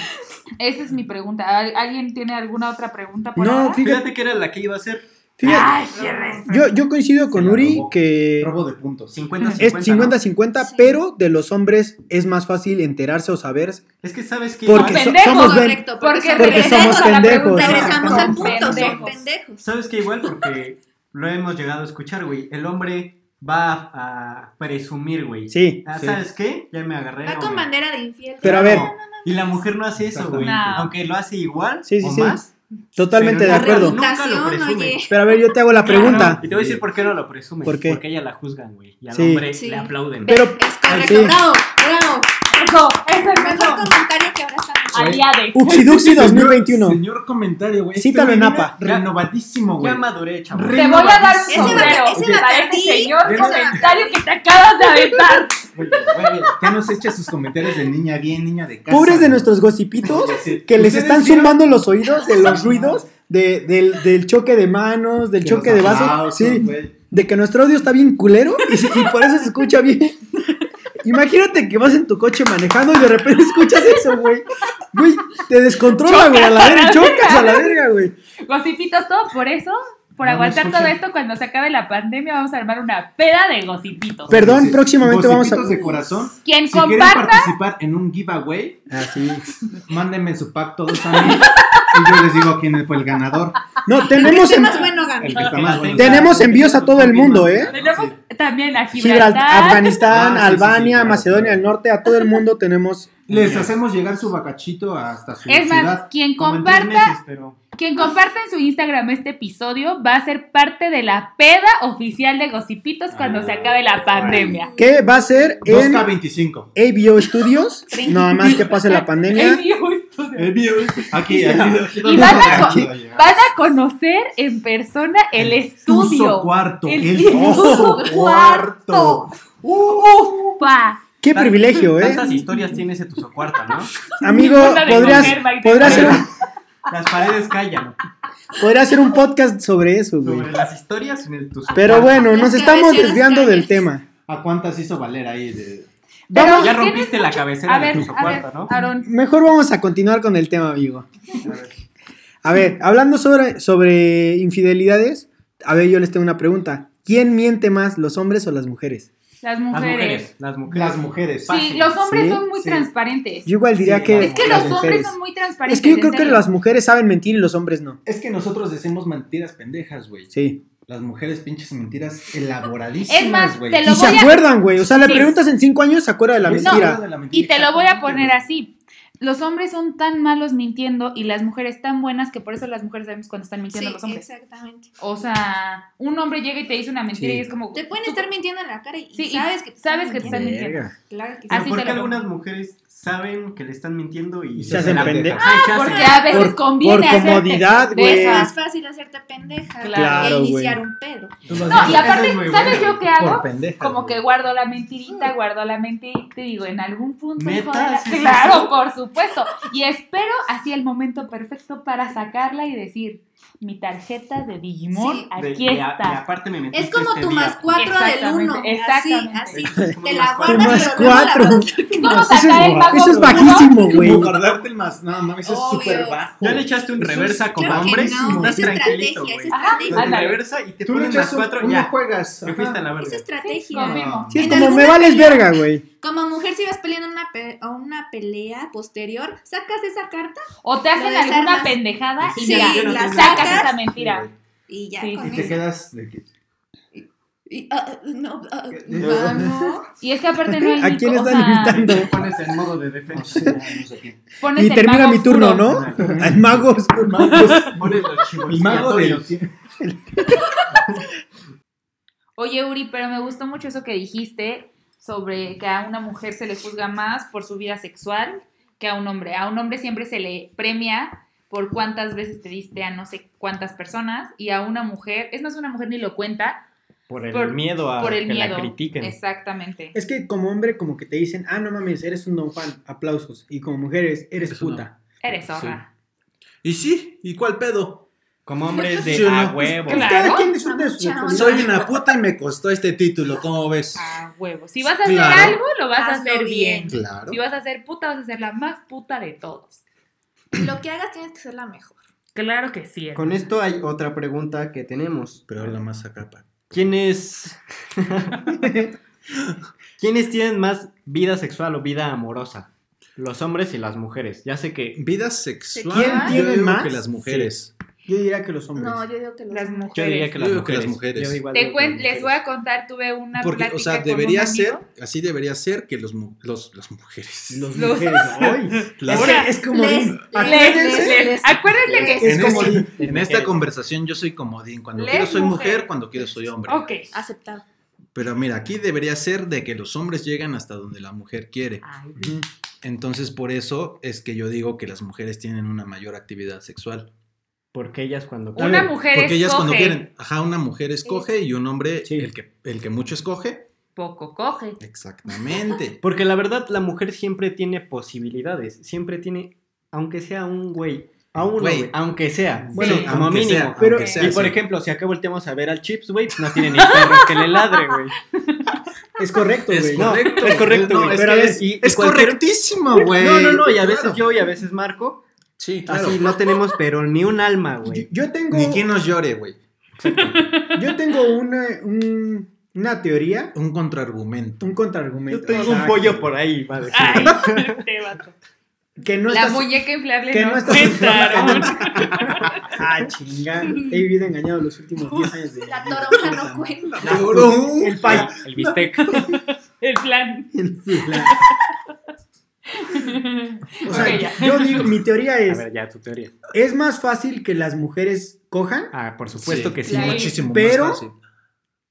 esa es mi pregunta. ¿Al- ¿Alguien tiene alguna otra pregunta por
No,
ahora?
fíjate.
Fíjate que era la que iba a ser
fíjate.
Ay, cierres.
Yo, yo coincido con
Se la
Uri
robó.
que
50 de puntos.
50
es
50. pues, ¿no?
50-50,
Sí.
pero de los hombres es más fácil enterarse o saber.
Es que sabes que
Porque
Son
so-
pendejos,
somos ben-
Correcto,
Porque,
son
Porque somos
regresamos a la
pendejos.
pregunta.
Regresamos
Son
al punto, son
pendejos.
pendejos.
Sabes que igual porque lo hemos llegado a escuchar, güey. El hombre va a, a presumir, güey.
Sí.
Ah,
Sí.
¿Sabes qué? Ya me agarré.
Va
hombre.
con bandera de infiel.
Pero a
Claro.
ver.
Y la mujer no hace eso, güey.
No.
Aunque lo hace igual
Sí, sí,
o
sí.
más.
Totalmente de
Pero
La
no-
acuerdo.
Nunca lo
reputación,
presume.
oye.
Pero a ver, yo te hago la pregunta.
Y te voy a decir por qué no lo presume.
¿Por qué?
Porque ella la juzgan, güey. Y al
Sí.
hombre
Sí.
le aplauden.
Pero,
Es
Sí.
correcto, bravo, bravo.
Eso, eso es
Mejor
mejor.
comentario que ahora estamos.
Aliade.
Uxiduxi
*laughs*
Señor-
2021.
Señor comentario, güey.
Cítalo en
viene
APA.
Renovadísimo, güey.
ya maduré, chaval.
Re-
Te voy a dar un
Ese va-
sombrero.
ese va
para
para
ese
ti.
señor
Ese va-
comentario que te acabas de aventar.
Muy bien, muy bien.
Ya nos echa sus comentarios de niña bien, niña de casa.
Pobres de
güey.
nuestros gocipitos
Sí.
que les
¿Ustedes
están
vieron?
zumbando los oídos de los ruidos de- del, del choque de manos, del choque de vasos. Sí, de que nuestro audio está bien culero y, se- y por eso se escucha bien. Imagínate que vas en tu coche manejando y de repente escuchas eso, güey. Güey, te descontrola, güey, a la verga, chocas a la verga, güey.
Gossipitos, todo por eso. Por
No, no
aguantar
escucha.
todo esto, cuando se acabe la pandemia, vamos a armar una peda de gossipitos.
Perdón, próximamente vamos a.
de corazón.
Quien
Si quieren
comparta.
participar en un giveaway,
Así.
mándenme su pack todos a mí. y yo les digo quién fue el ganador.
No,
Tenemos
tenemos, en-
más bueno
El
gana.
que está más bueno.
tenemos envíos a todo el mundo, ¿eh?
Tenemos también a
Gibraltar,
Gibraltar.
Afganistán,
Ah, sí, sí, sí,
Albania,
claro,
Macedonia
claro.
del Norte, a todo el mundo tenemos.
Les hacemos llegar su bacachito hasta su
Es más,
ciudad.
quien
Como en tres
comparta,
meses, pero
quien comparta en su Instagram este episodio va a ser parte de la peda oficial de Gossipitos cuando se acabe la pandemia.
Que va a ser en
2K25.
ABO Studios. Nada más que pase la
Ay,
pandemia.
Dios, tú de-
Aquí, ¿eh? aquí.
Y van a,
Aquí.
con- van a conocer en persona el
Tuso
estudio.
cuarto.
El
tuso
cuarto. Ufa.
Qué privilegio, ¿eh?
tantas historias tiene ese tu cuarta, ¿no?
Amigo,
Ninguna de
podrías,
mujer, Maite.
podrías, hacer un,
Las paredes callan
podría hacer un podcast sobre eso, güey.
sobre las historias en el tu
Pero bueno,
Es
nos
que a
estamos
veces
desviando
calles.
del tema.
¿A cuántas hizo valer ahí? De...
Pero
Vamos,
Ya
tienen
rompiste la cabecera
A
de
ver,
tu
a ver,
cuarta, ¿no?
Aarón,
mejor vamos a continuar con el tema, amigo. A ver, hablando sobre, sobre infidelidades, a ver, yo les tengo una pregunta. ¿Quién miente más, los hombres o las mujeres?
las
Las
mujeres.
mujeres, las mujeres.
Las mujeres.
Sí, los hombres
Sí,
son muy
sí.
transparentes.
Yo igual diría
Sí,
que...
las
Es que
las
los hombres
mujeres.
son muy ¿eh? transparentes.
Es que yo creo
en
que
serio.
las mujeres saben mentir y los hombres no.
Es que nosotros decimos mentiras pendejas, güey.
Sí.
Las mujeres pinches mentiras elaboradísimas,
Es más,
güey.
te
Y
lo
se
voy a-
acuerdan, güey. O sea, le
Sí.
preguntas en cinco años, se acuerda de la
No.
mentira.
De la mentira,
Y te lo voy a poner
exactamente,
así. Los hombres son tan malos mintiendo y las mujeres tan buenas que por eso las mujeres sabemos cuando están mintiendo
Sí,
los hombres.
exactamente.
O sea, un hombre llega y te dice una mentira
Sí.
y es como...
Te pueden
tú-
estar mintiendo en la cara y, y
Sí, y
sabes que te
sabes que te
mintiendo.
están mintiendo.
Verga.
Claro que sí.
Pero
Así
¿por
te
qué
lo
algunas mujeres saben que le están mintiendo y,
Y se hacen pendejas.
Ajá, y se
Porque
hacen-
a veces
Por-
conviene
por
hacerte
comodidad,
de
güey.
Es
esas.
más fácil hacerte pendeja
pues. Claro,
que
güey.
iniciar un pedo.
güey. Tú vas
No, y
diciendo,
aparte,
Esa es muy
¿sabes
buena.
yo qué hago?
Por pendejas,
Como
güey.
que guardo la mentirita, guardo la mentirita y digo, en algún punto... hijo
¿Neta?
de la-
¿Sí es
Claro,
eso?
por supuesto. Y espero así el momento perfecto para sacarla y decir, mi tarjeta de Digimon
Sí.
De-
aquí
y a- y
está.
aparte me metiste
Es como
este
tu
día.
más cuatro del
Exactamente,
uno. Así,
exactamente.
así.
Es como
Te
más
la
cuatro.
guardas.
Más
pero luego
*laughs*
la
cuatro.
guardas.
¿Cómo
Eso es
sacar el
guau.
mago
Eso es
oscuro?
bajísimo, güey.
Como guardarte el más. No mames, eso es
Obvio.
súper bajo.
Ya le echaste un
Eso es-
reversa como
claro que
hombre
no,
y estás
es
tranquilito,
estrategia,
güey.
es
Ajá,
Le
estrategia.
das un
ándale.
reversa y te
Tú le
pones más
echas un,
cuatro
uno
ya.
juegas.
Te
ajá.
fuiste a la verga.
Es
Sí,
estrategia.
confirmo.
Sí, es
En
como me
algunas
vales
películas-
verga, *laughs* güey.
Como mujer, si vas peleando una pe- a una pelea posterior, sacas esa carta
O te hacen
Lo
alguna
desarmas.
pendejada y
Sí,
ya,
la
sacas
sacas.
esa mentira.
y ya.
Sí,
con
Y te
eso.
quedas de que.
Y, ah, no, ah,
Ya.
*laughs*
no.
Y es que aparte no hay
¿A
ni
quién
co- o
están
sea,
invitando? *laughs*
Te pones en modo de
No
defensa.
sé, no sé
pones
Y
el
termina
mago
mi turno,
oscuro.
¿no? El mago oscuro.
Pones los
El mago
chivoteatorios.
de.
Oye, Uri, pero me gustó mucho eso que dijiste sobre que a una mujer se le juzga más por su vida sexual que a un hombre. A un hombre siempre se le premia por cuántas veces te diste a no sé cuántas personas y a una mujer, es más, una mujer ni lo cuenta
Por
Por-
miedo
por el miedo. Exactamente.
Es que como hombre, como que te dicen, ah, no mames, eres un don Juan, aplausos. Y como mujeres, eres
Eso no.
puta.
Eres zorra.
Y sí, ¿y cuál pedo?
Como hombres
Sí,
de
¿no?
a huevo.
Pues
Claro.
cada quien disfruta de su
Chao.
sexualidad.
Soy una puta y me costó este título, ¿cómo ves?
A huevo. Si vas a hacer
Claro.
algo, lo vas a
Hazlo
hacer bien.
bien.
Claro.
Si vas a ser puta, vas a ser la más puta de todos.
Lo que hagas tienes que ser la mejor.
Claro que sí. hermano.
Con esto hay otra pregunta que tenemos.
Pero la más acá, pa. *laughs*
¿Quiénes... ¿Quiénes tienen más vida sexual o vida amorosa? Los hombres y las mujeres. Ya sé que
Vida sexual.
¿Quién
yo
tiene
digo
más?
que las mujeres.
Yo diría que los hombres.
No, yo digo que los
Las
hombres.
yo diría
mujeres.
que
Yo
las
digo que
mujeres.
las mujeres.
Yo igual
Te
digo que las
cuen- les
mujeres.
voy a contar, tuve una
Porque,
plática
o sea,
con un
debería
amigo.
ser, así debería ser que los, mu- los, las mujeres.
*laughs* Los
Los-
mujeres.
*laughs*
ay.
Las-
Es que es como
Les-
din.
les-
Acuérdense,
Les- les- acuérdense que
es
en
como
este-
din.
en esta conversación yo soy comodín. Cuando
Les
quiero soy mujer,
mujeres.
cuando quiero soy hombre.
Ok.
Aceptado.
Pero mira, aquí debería ser de que los hombres llegan hasta donde la mujer quiere. Entonces, por eso es que yo digo que las mujeres tienen una mayor actividad sexual.
Porque ellas cuando
Una
quieren.
mujer
Porque ellas cuando
escoge,
quieren, ajá, una mujer escoge y un hombre,
Sí.
el, que, el que mucho escoge.
poco coge.
*laughs*
Exactamente.
Porque la verdad, la mujer siempre tiene posibilidades. Siempre tiene, aunque sea un güey. A uno,
Güey.
güey, Aunque sea.
Bueno,
sí, como
aunque
mínimo.
sea, aunque
Pero-
sea,
y por
sí.
ejemplo, si acá volteamos a ver al Chips, güey, pues no tiene ni perro que le ladre, güey.
Es correcto,
*laughs* Es
güey.
No,
correcto.
es correcto,
No,
güey.
es
Pero
que
a ver,
es,
y- y
es
cualquier-
correctísimo, güey.
No, no, no, y a veces
Claro.
yo y a veces Marco.
Sí, claro.
Así no tenemos, pero ni un alma,
Yo,
güey.
yo tengo,
Ni quien nos llore, güey.
yo tengo una, un- una teoría,
*laughs* Un contraargumento.
un contraargumento.
Yo tengo un
Exacto.
pollo por ahí, vale. *laughs*
Ay, este vato.
Que no
la
estás...
muñeca inflable
que
no,
no estás-
cuenta, ¿no?
Ah, chingada. He vivido engañado los últimos 10 años.
*laughs*
De...
*laughs*
La toronja
*laughs*
no cuenta.
El pay.
pues, El bistec.
*laughs* El plan.
El flan. O sea,
Ok, ya.
yo digo, mi teoría
A
es,
ver, ya tu teoría.
es más fácil que las mujeres cojan,
Ah, por supuesto que sí.
Claro.
Muchísimo
Pero-
más fácil.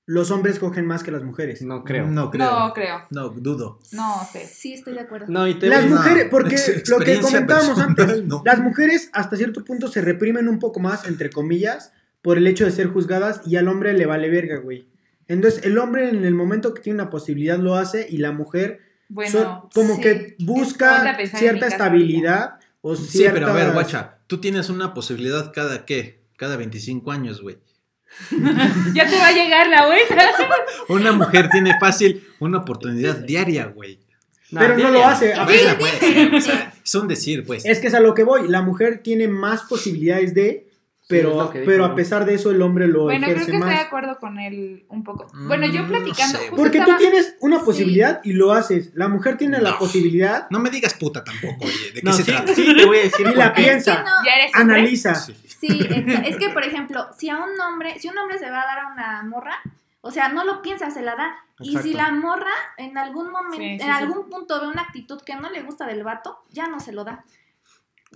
los hombres cogen más que las mujeres.
No creo.
No
No
creo.
creo.
No, dudo.
No sé.
Sí, estoy de acuerdo.
No, y te
Las
No,
mujeres, porque
es
lo que
experiencia
comentábamos
personal,
antes,
*laughs* no.
las mujeres hasta cierto punto se reprimen un poco más, entre comillas, por el hecho de ser juzgadas y al hombre le vale verga, güey. Entonces, el hombre en el momento que tiene una posibilidad lo hace y la mujer so-
Bueno,
como
sí.
que
Ponte
busca
a pensar en mi
cierta
caso
estabilidad o
Sí,
cierta...
pero a ver, guacha, tú tienes una posibilidad cada qué? Cada 25 años, güey.
ya te va a llegar la buena.
Una mujer tiene fácil una oportunidad diaria, güey.
Pero no lo hace.
A
A
ver,
veces-
la puede tener, o sea, es un decir, pues.
Es que es a lo que voy, la mujer tiene más posibilidades de,
es
pero,
lo que dijo,
pero a
¿no?
pesar de eso el hombre lo
Bueno, creo que
ejerce
estoy de
más.
acuerdo con él un poco. Bueno,
Mm,
yo
no
platicando.
sé.
justo
Porque tú
estaba-
tienes una
Sí.
posibilidad y lo haces. La mujer tiene la
No.
posibilidad
No me digas puta tampoco, oye. ¿De qué
No,
se
sí,
trata?
sí, te voy a decir.
y la
por qué.
Sí,
piensa,
no,
Ya eres hombre.
analiza.
Sí.
Sí, exa- es que por ejemplo, si a un hombre, si un hombre se va a dar a una morra, o sea, no lo piensa, se la da. Y si
Exacto.
la morra en algún momento,
Sí, sí,
en
sí.
algún punto ve una actitud que no le gusta del vato, ya no se lo da.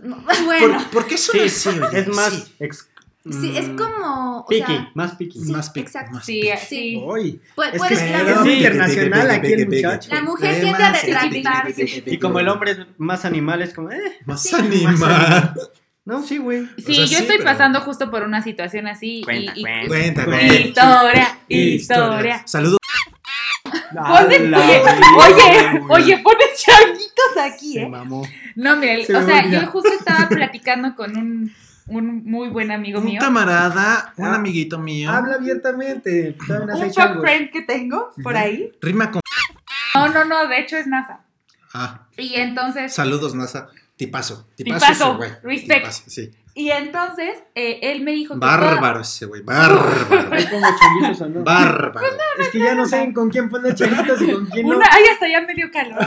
No, *laughs* bueno,
¿Por, por qué son
Sí,
así, oye?
Es más.
Sí.
ex-
sí, es
mm,
como, o
Picky,
sea,
más picky.
Sí,
más pic-
exacto.
más
Sí,
pic.
sí.
Ay,
pu-
es que
puedes-
es,
la-
es
verdad-
muy
Sí.
internacional aquí el muchacho.
La mujer tiende a retractarse.
Y como el hombre es más animal, es como, eh.
Más
Sí.
animal.
*laughs*
No, sí, güey.
Sí,
O sea,
yo
sí,
estoy
pero-
pasando justo por una situación así. y-
Cuenta,
y,
cuenta.
Cuenta,
Cuenta.
güey.
Historia, historia.
Saludos
Pones-
la
oye,
verga,
oye,
güey.
oye, pones changuitos aquí,
Se
¿eh?
mamó.
No, Miguel,
Se
o
me
sea,
olvida.
yo justo estaba platicando con un, un muy buen amigo
Un
mío.
camarada, un
Ah.
amiguito mío.
Habla abiertamente. todavía no has
Un
hecho
fuck
algo.
friend que tengo por ahí.
Rima con.
No, no, no, de hecho es NASA.
Ah,
Y entonces
saludos, NASA. Tipazo. Tipazo,
Tipazo,
ese güey.
respect.
Tipazo, sí.
Y entonces eh, él me dijo que. toda-
Bárbaro ese güey. Bárbaro.
*laughs*
Ahí pongo changuitos o no.
Bárbaro.
Pues
Es que ya no sé con quién poner changuitos y con quién no.
Una, ay, hasta ya me dio calor.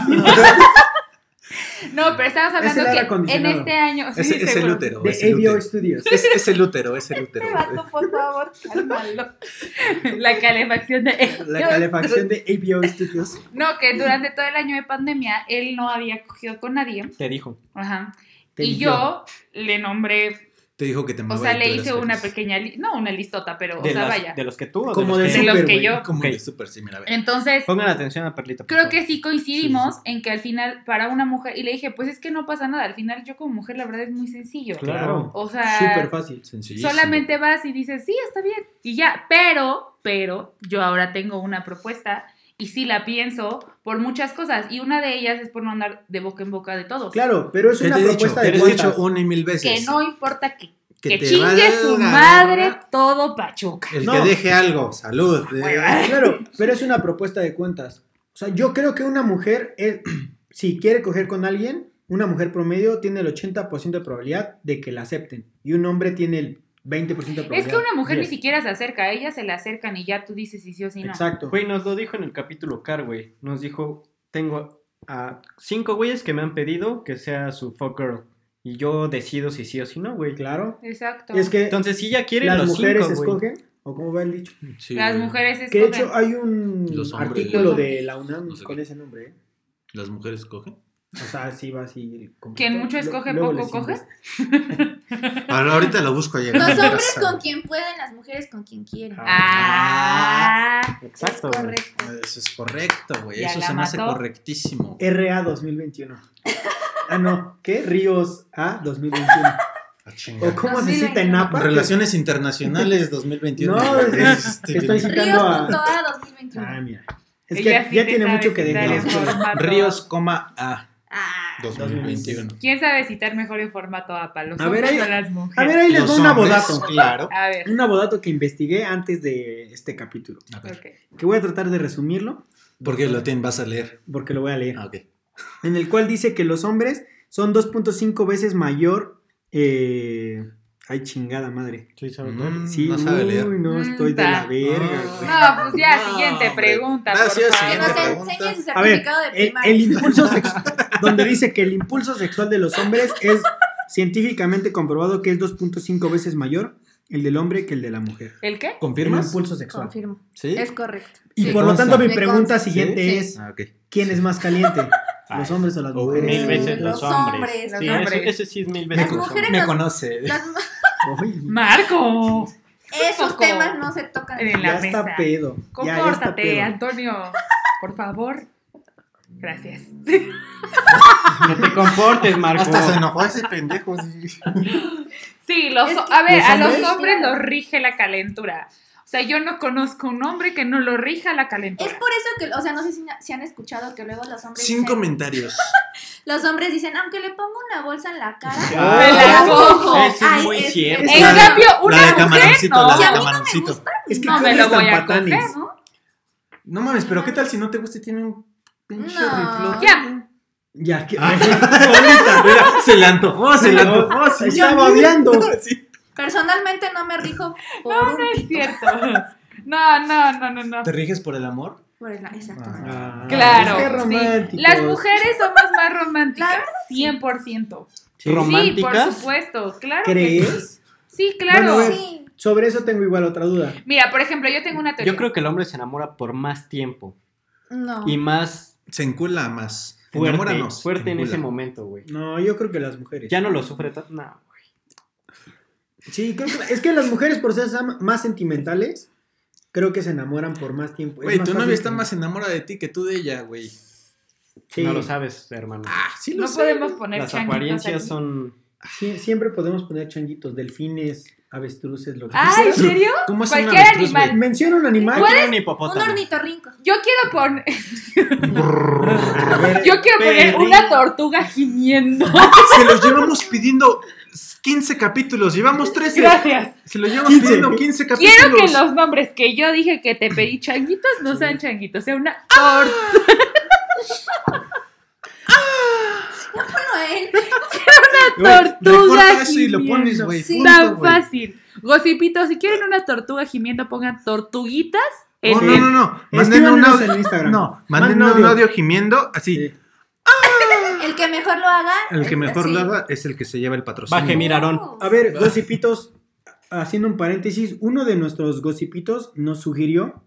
No, pero
Es
estábamos
el
hablando
aire
que en
acondicionado.
este año.
Es,
sí,
es el
seguro.
útero. Es
De
el útero.
ABO Studios.
Es, es el útero, es el útero.
Este vato, por favor, cálmalo. *laughs* La calefacción de.
La calefacción de ABO Studios.
*laughs* No, que durante todo el año de pandemia él no había cogido con nadie.
Te dijo.
Ajá.
Te
y
eligió.
yo le nombré,
Te dijo que te
o
mamaba
sea,
y
le
tú eras
hice una
feliz.
pequeña, li- no una listota, pero, o
De,
sea,
las-
vaya.
de los que tú. o
Como
de los
de
que-
De los
súper,
que
güey.
yo-
Como
Ok.
de súper similar.
Entonces,
Pongan atención a Perlita. por
creo
favor.
que sí coincidimos en que al final, para una mujer, y le dije, pues es que no pasa nada, al final yo como mujer, la verdad es muy sencillo.
Claro.
O
Súper
sea,
fácil.
Sencillísimo.
solamente vas y dices, sí, está bien, y ya, pero, pero, yo ahora tengo una propuesta. Y sí la pienso por muchas cosas. Y una de ellas es por no andar de boca en boca de todos.
Claro, pero es
¿Qué
una
te he dicho?
propuesta
Te
de
lo he dicho
cuentas.
una y mil veces.
Que no importa que
Que
Que,
te
chingue su
valga
madre Ah, todo Pachuca.
El
No.
que deje algo, salud. eh.
Claro, pero es una propuesta de cuentas. O sea, yo creo que una mujer, es- *clears throat* si quiere coger con alguien, una mujer promedio tiene el 80% de probabilidad de que la acepten. Y un hombre tiene el 20% de probabilidad.
Es que una mujer ni
Yes.
siquiera se acerca, a ella se le acercan y ya tú dices si sí o si no.
Exacto.
Güey, nos lo dijo en el capítulo Car, güey. Nos dijo, tengo a cinco güeyes que me han pedido que sea su fuck girl. Y yo decido si sí o si no, güey.
Claro.
Exacto.
Es que
Entonces, si ya quieren
las
los
mujeres
cinco, güey.
escogen, o como va el dicho.
Sí,
Las
güey.
mujeres escogen.
Que de hecho hay un
Los hombres.
artículo
Los hombres.
de la UNAM
No sé
con
qué.
ese nombre. ¿eh?
¿Las mujeres cogen?
O sea, sí va así. como-
Quien mucho
Lo-
escoge,
luego
poco
les
coge.
invento.
Ahora, ahorita lo busco llegar.
Los hombres con quien pueden, las mujeres con quien quieren.
Ah,
Exacto,
Es
güey.
correcto.
Eso es correcto, güey.
Ya
Eso
la
se me hace
mató.
correctísimo.
RA 2021. Ah, no. ¿Qué? Ríos A 2021.
Ah,
¿O
chinga.
cómo se cita en
2021.
APA?
Relaciones internacionales 2021.
No, es-
Este,
estoy citando a. Ah,
Ríos.a2021.
mira. Es que
ella
ya,
sí te
tiene
sabe
mucho que
citar en
decir.
formato-
Ríos, coma A
Ah,
2021.
¿Quién sabe citar mejor en formato APA? ¿Los
A ver,
hombres
ahí-
o las mujeres?
A ver, ahí les
Los
va un
hombres,
abodato.
Claro.
A ver,
Un abodato que investigué antes de este capítulo.
A ver,
ok.
Que voy a tratar de resumirlo
porque lo tienes, vas a leer.
porque lo voy a leer.
Ah, ok.
En el cual dice que los hombres son 2.5 veces mayor. eh, Ay, chingada madre.
Sí, sobre todo.
Mm,
Sí,
no sabe
uy,
leer. Ah.
no, estoy de la
Mm,
verga. güey.
ta.
No, pues ya,
No,
siguiente
hombre.
pregunta.
Gracias,
por
que
favor.
siguiente
nos
pregunta.
enseñe su
A ver,
certificado de
El,
primaria.
el impulso
*laughs*
sexual, donde dice que el impulso sexual de los hombres es científicamente comprobado que es 2.5 veces mayor el del hombre que el de la mujer.
¿El qué?
El
¿Confirmas?
impulso sexual.
Confirmo.
Sí.
Es correcto.
Y
Sí,
por lo
consta.
tanto mi
Me
pregunta
consta.
siguiente
Sí.
es,
Ah, ok.
¿quién es más caliente? ¿Los hombres o las
Oh,
mujeres?
Mil veces
Los
los, hombres.
hombres,
Sí,
los
eso-
hombres.
ese sí es mil veces
Las
los
mujeres
Me
nos-
conoce.
Las-
*laughs*
Uy, *laughs*
¡Marco!
esos
Coco.
temas no se tocan.
En
ya
la mesa.
está pedo. Ya, ya está
Compórtate,
pedo.
Antonio. Por favor. Gracias. *laughs*
hombres. No te comportes, Marco.
Hasta se enojó
*laughs*
ese pendejo.
Sí, los,
Es que-
a ver,
¿Los
a los
hombres?
hombres los rige la calentura. O sea, yo no conozco un hombre que no lo rija la calentura.
Es por eso que, o sea, no sé si, si han escuchado que luego los hombres
Sin
dicen,
comentarios.
los hombres dicen, aunque le pongo una bolsa en la cara,
Ah,
Me la cojo.
Eso es
Ay,
muy
es-
cierto.
es-
en
la de-
cambio, una
la de
mujer
camaroncito,
no.
la de
Si a mí no me
camaroncito.
Es que
no
¿cómo
me lo
eres tan
voy a
patanes?
coger, ¿no?
No mames, pero ¿qué tal si no te gusta y tiene un pinche
No.
riflote?
Ya.
Ya, que- *laughs*
Ah.
Ahorita, mira, se le antojó, se le antojó. sí.
Estaba odiando.
Sí.
personalmente no me rijo por
No,
un
no es cierto. No, no, no, no, no.
¿Te riges por el amor?
por el- exacto.
Ah,
Claro.
qué
sí.
románticos.
Las mujeres somos más
La
románticas.
verdad,
100%.
Sí,
Sí, por
¿Románticas?
supuesto. Claro. que sí. *laughs*
¿Crees?
Sí, claro.
Bueno, a ver.
Sí.
Sobre eso tengo igual otra duda.
Mira, por ejemplo, yo tengo una teoría.
Yo creo que el hombre se enamora por más tiempo
No.
y más
Se encula más.
fuerte,
Enamóranos.
fuerte en
Encula.
ese momento, güey.
No, yo creo que las mujeres.
Ya no lo sufre tanto. No, güey.
Sí, creo que, es que las mujeres por ser sam- más sentimentales, creo que se enamoran por más tiempo. Es
Güey,
más
tu
fácil
novia está
que-
más enamorada de ti que tú de ella, güey.
Sí.
no lo sabes, hermano.
Ah, sí lo
No
sé.
podemos poner
Las
changuitos
apariencias
aquí.
son
Sí, siempre podemos poner changuitos, delfines, avestruces, lo que *laughs*
Ah, ¿en
quieras.
serio?
¿Cómo es un
Cualquier
avestruz, güey?
animal.
Menciona un animal.
Era Ah, un
Un
hipopótamo.
ornitorrinco.
Yo quiero poner.
A ver,
Yo quiero poner
Perrín.
una tortuga gimiendo.
Se los llevamos pidiendo 15 capítulos, llevamos 13.
Gracias.
Se los llevamos
15.
pidiendo 15 capítulos.
Quiero que los nombres que yo dije que te pedí changuitos no sean changuitos, sea una tortuga.
Bueno, él.
Güey,
tortuga
recorta eso y lo
gimiendo.
pones, güey.
Sí.
punto,
Tan
güey.
fácil. Gocipito, si quieren una tortuga gimiendo, pongan tortuguitas en
Oh, no, no, no. Manden un
Escríbanos en
audio.
Instagram.
No, manden un audio gimiendo. Así.
Sí.
El que mejor lo haga. eh,
El que mejor
sí.
lo haga es el que se lleva el patrocinio.
Baje, mira. Miraron.
A ver, gossipitos, haciendo un paréntesis, uno de nuestros gossipitos nos sugirió,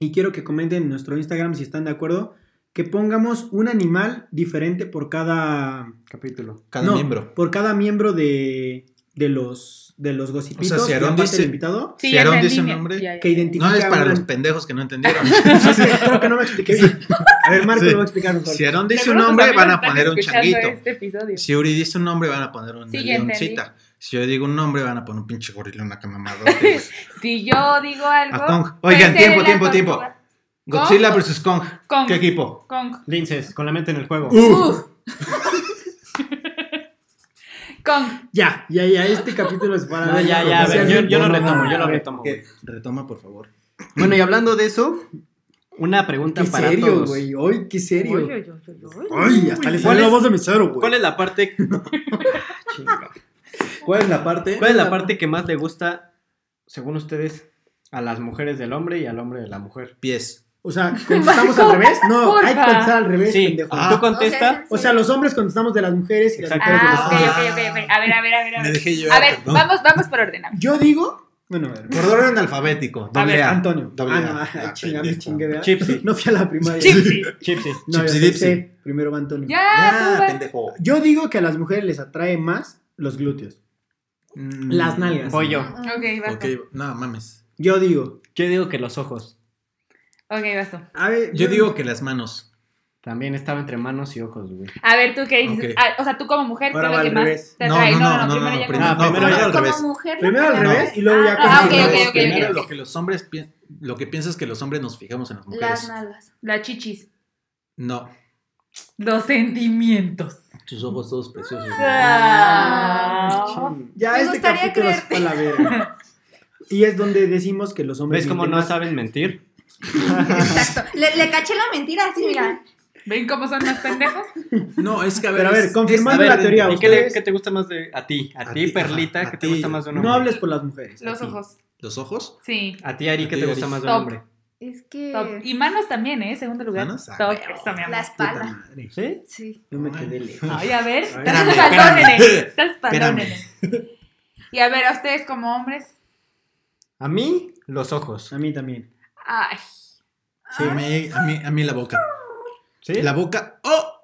y quiero que comenten en nuestro Instagram si están de acuerdo, que pongamos un animal diferente por cada,
Capítulo.
Cada
no,
miembro.
por cada miembro de, de los de los gossipitos
O sea, si
y
Aarón
aparte
dice-
del invitado,
Sí,
Si
en
Aarón
el
dice un
niño.
nombre,
Ya, ya,
que
ya.
identifica
No es para
una-
los pendejos que no *laughs*
*laughs*
entendieron.
Es que creo que no me expliqué bien. A ver, Marco
Sí.
lo va a explicar mejor.
Si Aarón dice un
Seguro tus
nombre,
amigos
van a
están
poner un
escuchando
changuito.
este episodio.
Si Uri dice un nombre, van a poner una
Sí, ya
leoncita. Si yo digo un nombre, van a poner un pinche gorila, una
*laughs*
camamadote, güey.
Si yo digo algo.
A Kong. Oigan,
pensé
tiempo,
en la
tiempo, tiempo.
tortuga.
Godzilla
Kong.
vs. Kong.
Kong.
¿Qué equipo?
Kong.
Linces, con la mente en el juego.
Uf. Kong.
Ya, ya, ya, este capítulo es para...
No,
ver
Ah, ya, ya, a ver, yo- yo lo retomo, yo lo
a ver,
retomo.
¿qué?
Retoma, por favor.
Bueno, y hablando de eso, una pregunta
Qué
para
serio,
todos.
güey, hoy qué serio.
Oy, oy, oy, oy, oy.
Ay, hasta le
¿Cuál
salió la
es-
voz de mesero, güey.
*laughs* ¿Cuál es la parte Chinga.
¿Cuál es la parte?
¿Cuál es la parte que más le gusta según ustedes a las mujeres del hombre y al hombre de la mujer?
Pies.
O
*laughs*
sea, ¿contestamos al revés? No,
porfa.
hay que contestar al revés,
Sí,
pendejo.
Ah.
tú contesta.
O sea, los hombres contestamos de las mujeres y las
Exacto.
mujeres de los
Ah, ok,
hombres.
ok, ok, ok. A ver, a ver, a ver. A
Me
ver,
dejé llevar.
a ver
perdón.
vamos, vamos por orden. a ver.
Yo digo, bueno, a ver,
Por orden alfabético.
A ver,
doble A.
Antonio.
Doble
ah,
A.
no,
Ah,
ay, chinga, me
pendejo.
chingue, ¿verdad?
Chipsy. *laughs*
No fui a la primaria.
Chipsy.
Chipsy.
No, yo sí
Chipsy Dipsy.
sé, Primero va Antonio.
Ya, tú
Ah,
vas.
pendejo.
Yo digo que a las mujeres les atrae más los glúteos.
Mm.
Las nalgas.
Voy yo.
Ok,
Ok,
basta.
no mames.
Yo digo.
Yo digo que los ojos.
Ok, basta.
A ver,
Yo digo que las manos.
También estaba entre manos y ojos, güey.
A ver, tú qué dices.
Ok.
Ah, o sea, tú como mujer, ¿qué es
Ahora
lo
va
que
al
más
revés.
te
No,
atrae?
no, no, no,
primero
no,
ya
primero,
Ah,
no,
primero
primero
ya
al
Como
revés.
mujer.
Primero
lo
al
que me
revés
atrae-
y luego ya
Ah,
con-
ok, ok, ok,
Primero
ok.
lo que los hombres pi- lo que piensas que los hombres nos fijamos en las
Las
mujeres.
nalgas.
Las chichis.
No,
Los sentimientos.
tus ojos todos preciosos.
Ah.
Ya
Me
este
gustaría
capítulo es
creerte.
para la
*laughs*
verga. Y es donde decimos que los hombres.
¿Ves cómo no
mienten
saben mentir?
*laughs* Exacto. Le, le caché la mentira así, mira.
¿Ven cómo son los pendejos?
No, es que a ver,
Pero a ver,
es-
confirmando
es
la
diferente.
teoría,
¿Y qué, le-
ustedes-
qué te gusta más de a ti? A,
A
ti,
ti,
Perlita,
ajá,
¿qué
a
te
ti.
gusta más de un
más.
hombre?
No hables por las mujeres.
Los
aquí.
ojos.
¿Los ojos?
Sí.
A ti, Ari,
A
¿qué
ti,
te
Ari.
gusta más de un
Top.
hombre?
Es que.
Top. Y manos también, ¿eh? Segundo lugar.
Manos, ah,
Top.
huevo.
Eso, mi amor.
La
Puta
espalda.
madre.
¿Sí?
Sí.
Yo me quedé lejos.
Ay, a
Ay,
ver. Estás
espérame,
espantón,
espérame. *laughs*
nene. Estás espantón,
Espérame.
nene. Y a ver, a ustedes como hombres.
A mí, los ojos.
A mí también.
Ay.
Sí, a mí, a mí, a mí la boca.
¿Sí?
La boca, ¡oh!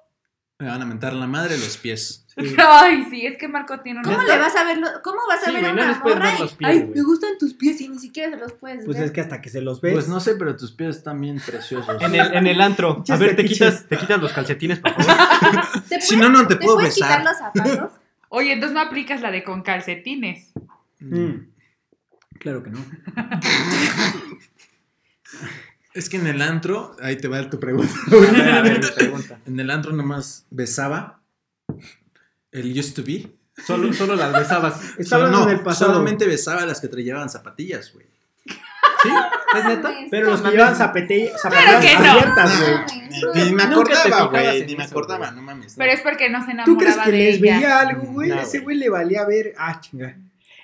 Me van a mentar la madre los pies.
Sí.
*laughs* Ay, sí, es que Marco tiene una.
¿Cómo le vas a ver? lo- ¿Cómo vas a
Sí,
ver
güey,
a
no
una
les puedes ver
morra? y,
los pies,
Ay,
güey".
me gustan tus pies y ni siquiera se los puedes
Pues
ver.
es que hasta que se los ves.
Pues no sé, pero tus pies están bien preciosos.
En el, en el antro. A
Pinches
ver, te
fetiches.
quitas, te quitas los calcetines, por favor.
¿Te
Si no, no te puedo
puedes
besar.
quitar los zapatos?
Oye, entonces no aplicas la de con calcetines.
Mm. Claro que no.
Es que en el antro, ahí te va tu pregunta. *laughs*
A ver, a ver, pregunta.
En el antro nomás besaba el used to be.
Solo, solo las besabas.
Está hablando
no,
del pasado.
solamente besaba a las que te llevaban zapatillas, güey.
¿Sí? ¿Es neta?
Ah,
Pero los que llevan
Mames.
zapete-
Claro que
zapatillas
no.
abiertas, güey.
Ni me
Nunca te
acordaba,
fijabas
güey.
en
Ni me
eso,
acordaba,
güey.
no mames.
Pero es porque no se enamoraba
¿Tú crees que
de
les
ella.
veía algo, güey?
No,
Ese
güey.
güey le valía ver. Ah, chinga.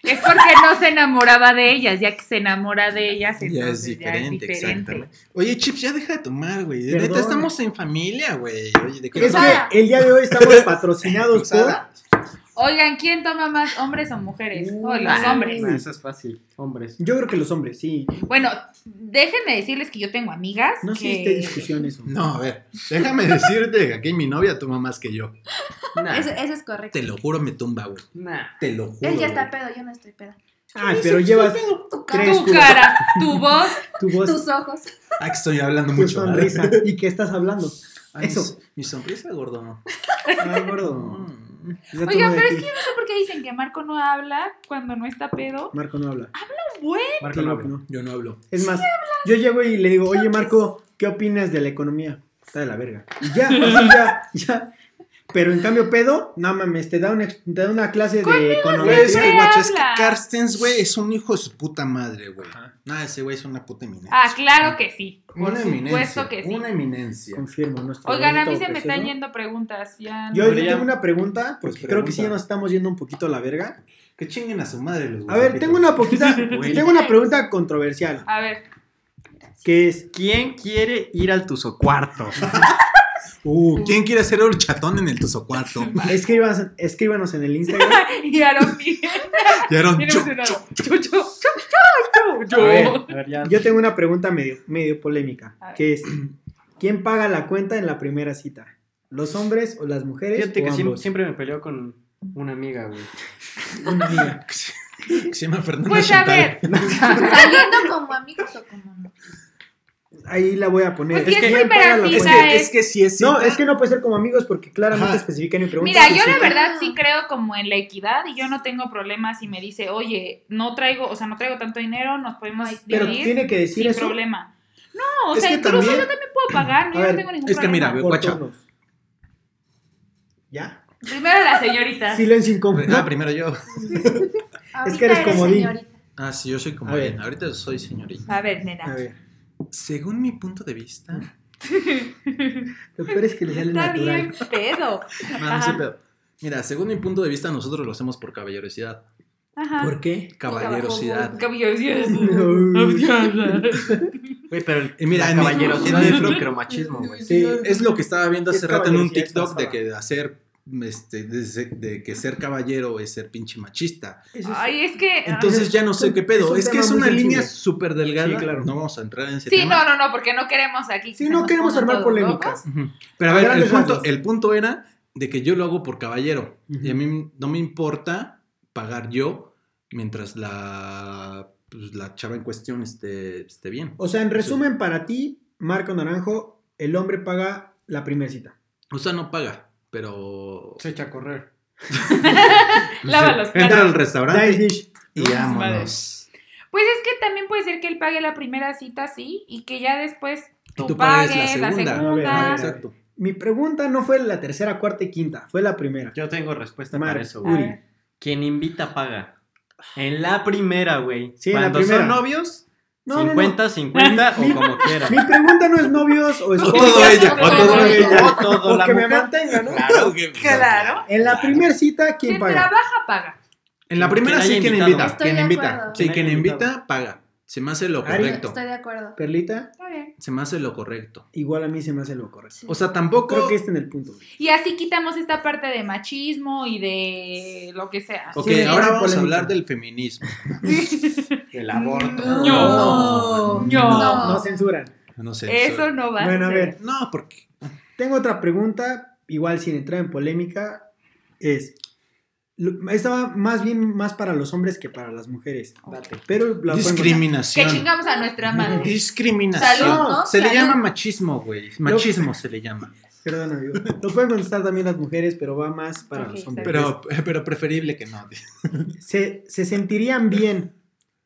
Es porque no se enamoraba de ellas, ya que se enamora de ellas,
Ya es,
entonces ya es
diferente,
diferente.
exactamente. Oye, Chips, ya deja de tomar, güey. De
Perdón.
Neta, estamos en familia, güey. Oye, ¿de qué
Es
hablas?
Cruzada.
que el día de hoy estamos patrocinados por.
Cruzada.
Oigan, ¿quién toma más, hombres o mujeres?
Uy.
Oh, los hombres.
Ah, No, eso es fácil. Hombres.
*laughs*
Yo creo que los hombres, sí.
Bueno, déjenme decirles que yo tengo amigas.
No
que...
existe discusión eso.
No, a ver, déjame decirte que aquí mi novia toma más que yo.
Nah.
Eso, eso es correcto.
Te lo juro, me tumba, güey.
Nah.
Te lo juro.
Él ya está
güey.
pedo, yo no estoy pedo.
Ay, pero llevas
Tu cara,
Tres
Tu cara, tu voz.
tu voz,
tus ojos.
Ah, que estoy hablando
tu
mucho. ¿vale?
sonrisa. ¿Y qué estás hablando?
Ay,
Eso.
Mi sonrisa, gordo.
Ay, gordo.
Mm.
Ya
Oigan,
toma de
pero es
aquí.
que yo no sé por qué dicen que Marco no habla cuando no está pedo?
Marco no habla.
Bueno,
Marco no
Claro que
habla.
no.
Yo no hablo.
Es más, yo llego y le digo, oye Marco, ¿qué opinas de la economía? Está de la verga. Y ya, así ya, ya. Pero en cambio, pedo, no mames, te da una, ex- te da una clase de economía.
Güey, es que,
siempre
guacha, es que
habla.
Carstens, güey, es un hijo de su puta madre, güey. Nada, ese güey es una puta eminencia.
ah, claro que sí. Por
Una
supuesto
eminencia.
que sí.
Una eminencia.
Confirmo, nuestro
Oigan, a mí
bonito
se me
precioso.
están yendo preguntas. Ya
Yo,
no-
yo tengo una pregunta, porque
Pues
creo que sí
pregunta.
ya nos estamos yendo un poquito a la verga.
Que chinguen a su madre los
A ver,
guajitos.
tengo una poquita,
Güey.
tengo una pregunta controversial,
A ver, *laughs*
que es,
¿Quién quiere ir al tuzocuarto?
Mm.
Uh, ¿quién quiere hacer el chatón en el *laughs*
*laughs*
tuzocuarto?
escríbanos, escríbanos en el Instagram.
y *laughs* Aaron Miguel.
Y Aaron,
Bien
chu,
emocionado.
chu, chu.
Yo, yo, yo, yo,
A ver,
yo.
a ver, ya.
Yo tengo una pregunta medio, medio polémica,
A ver.
que es, ¿quién paga la cuenta en la primera cita? ¿Los hombres o las mujeres?
Fíjate
o
que siem-
ambos?
siempre me peleo con una amiga, güey.
Una amiga.
Se llama Fernanda
Pues a
Chantal.
ver,
¿Saliendo como amigos o como no?
Ahí la voy a poner.
Pues
si es
¿quién
primera
paga la
cita,
Es
cuenta?
Esa
que,
es-
es que si es
No,
cita-
es que no puede ser como amigos porque claramente
Ajá.
especifica en mi pregunta.
mira,
que
yo
sí.
la verdad sí creo como en la equidad y yo no tengo problemas si me dice, oye, no traigo, o sea, no traigo tanto dinero, nos podemos
Pero
dividir
tiene que decir
sin
eso.
problema. No, o
Es
sea,
que
incluso
también-
yo también puedo pagar, no,
A
yo
ver,
no tengo ningún
es que
problema.
mira, güey,
por
guacha.
turnos. ¿Ya?
Primero la señorita.
Silencio incómodo.
Ah, primero yo.
Es que eres
Ahorita
comodín.
señorita.
Ah, sí, yo soy como
A ver.
bien. Ahorita soy señorita.
A ver,
A
nena.
ver.
Según mi punto de vista,
Lo peor es que le sale
Está
natural.
bien pedo.
*laughs* No, no
Ajá.
sé, pero- Mira, según mi punto de vista, nosotros lo hacemos por caballerosidad.
Ajá.
¿Por qué?
Caballerosidad.
Caballeros.
No. *laughs*
Güey, pero el,
Y mira,
la
en mi-
caballerosidad
en mi-
es micromachismo, güey.
Sí.
Es lo que estaba viendo
Es
hace rato en un
caballerosidad
TikTok de
pasada.
que hacer. Este, de, se- de que ser caballero es ser pinche machista.
Eso es-
Ay, es que.
Entonces ya no sé qué
es
pedo.
un
Es, que
tema
es
muy
una
sensible.
línea súper delgada.
Sí, claro.
No vamos a entrar en ese
Sí,
tema.
no, no, no, porque no queremos aquí. que
Sí,
se
no
nos
queremos
pongan
armar
todos
polémicas.
Ujú. Pero a
A
ver, el
grandes
punto,
rasgos.
el punto era de que yo lo hago por caballero.
Ujú.
Y a mí no me importa pagar yo mientras la, pues, la chava en cuestión esté, esté bien.
O sea, en resumen, para ti, Marco Naranjo, el hombre paga la primera cita.
O sea, no paga, pero.
Se echa a correr.
*laughs* Lava los platos.
Entra al
Dice
restaurante
dish.
y vámonos.
Pues es que también puede ser que él pague la primera cita, sí, y que ya después tú,
Y tú
pagues,
pagues la segunda.
A ver, a ver.
Exacto.
Mi pregunta no fue la tercera, cuarta y quinta, fue la primera.
Yo tengo respuesta
Mar- ah,
para eso,
A
güey.
ver.
Quien invita paga. En la primera, güey.
Sí, en la
Cuando
primera.
son novios,
No, no, no.
50, 50
Mi-
o como quiera.
Mi pregunta no es
*laughs*
novios o es
O todo ella, o todo ella.
O todo
o
la
que me
mujer.
mantenga, ¿no?
Claro que-
Claro.
En la primera cita, ¿quién
Quien
paga?
trabaja paga.
En la primera
Quien
sí
haya
quien
invitado.
invita.
Estoy
Quien
de
invita.
acuerdo.
Sí,
Quien
quien
haya
invita,
invitado.
paga. Se me hace lo
Ari.
correcto.
Estoy de acuerdo.
Perlita,
Está bien.
Se me hace lo correcto.
igual a mí se me hace lo correcto.
Sí.
O sea, tampoco.
Creo que está en el punto. güey.
Y así quitamos esta parte de machismo y de lo que sea.
Ok,
Sí,
ahora
era
vamos a
polémica.
hablar del feminismo.
El aborto.
No.
No.
No censuran.
No sé.
Eso no va
Bueno, a
a
ver,
ver.
No, porque.
Tengo otra pregunta, igual sin entrar en polémica, es, lo- estaba más bien más para los hombres que para las mujeres, pero la pueden-
Que
Discriminación.
chingamos a
*laughs*
nuestra madre.
Discriminación.
Salud,
¿no?
Se le
Salud.
llama machismo, güey. Machismo se le llama.
perdón, amigo, lo pueden contestar también las mujeres, pero va más para
Ok,
los hombres.
está
Pero, pero preferible que no.
¿Se, se sentirían bien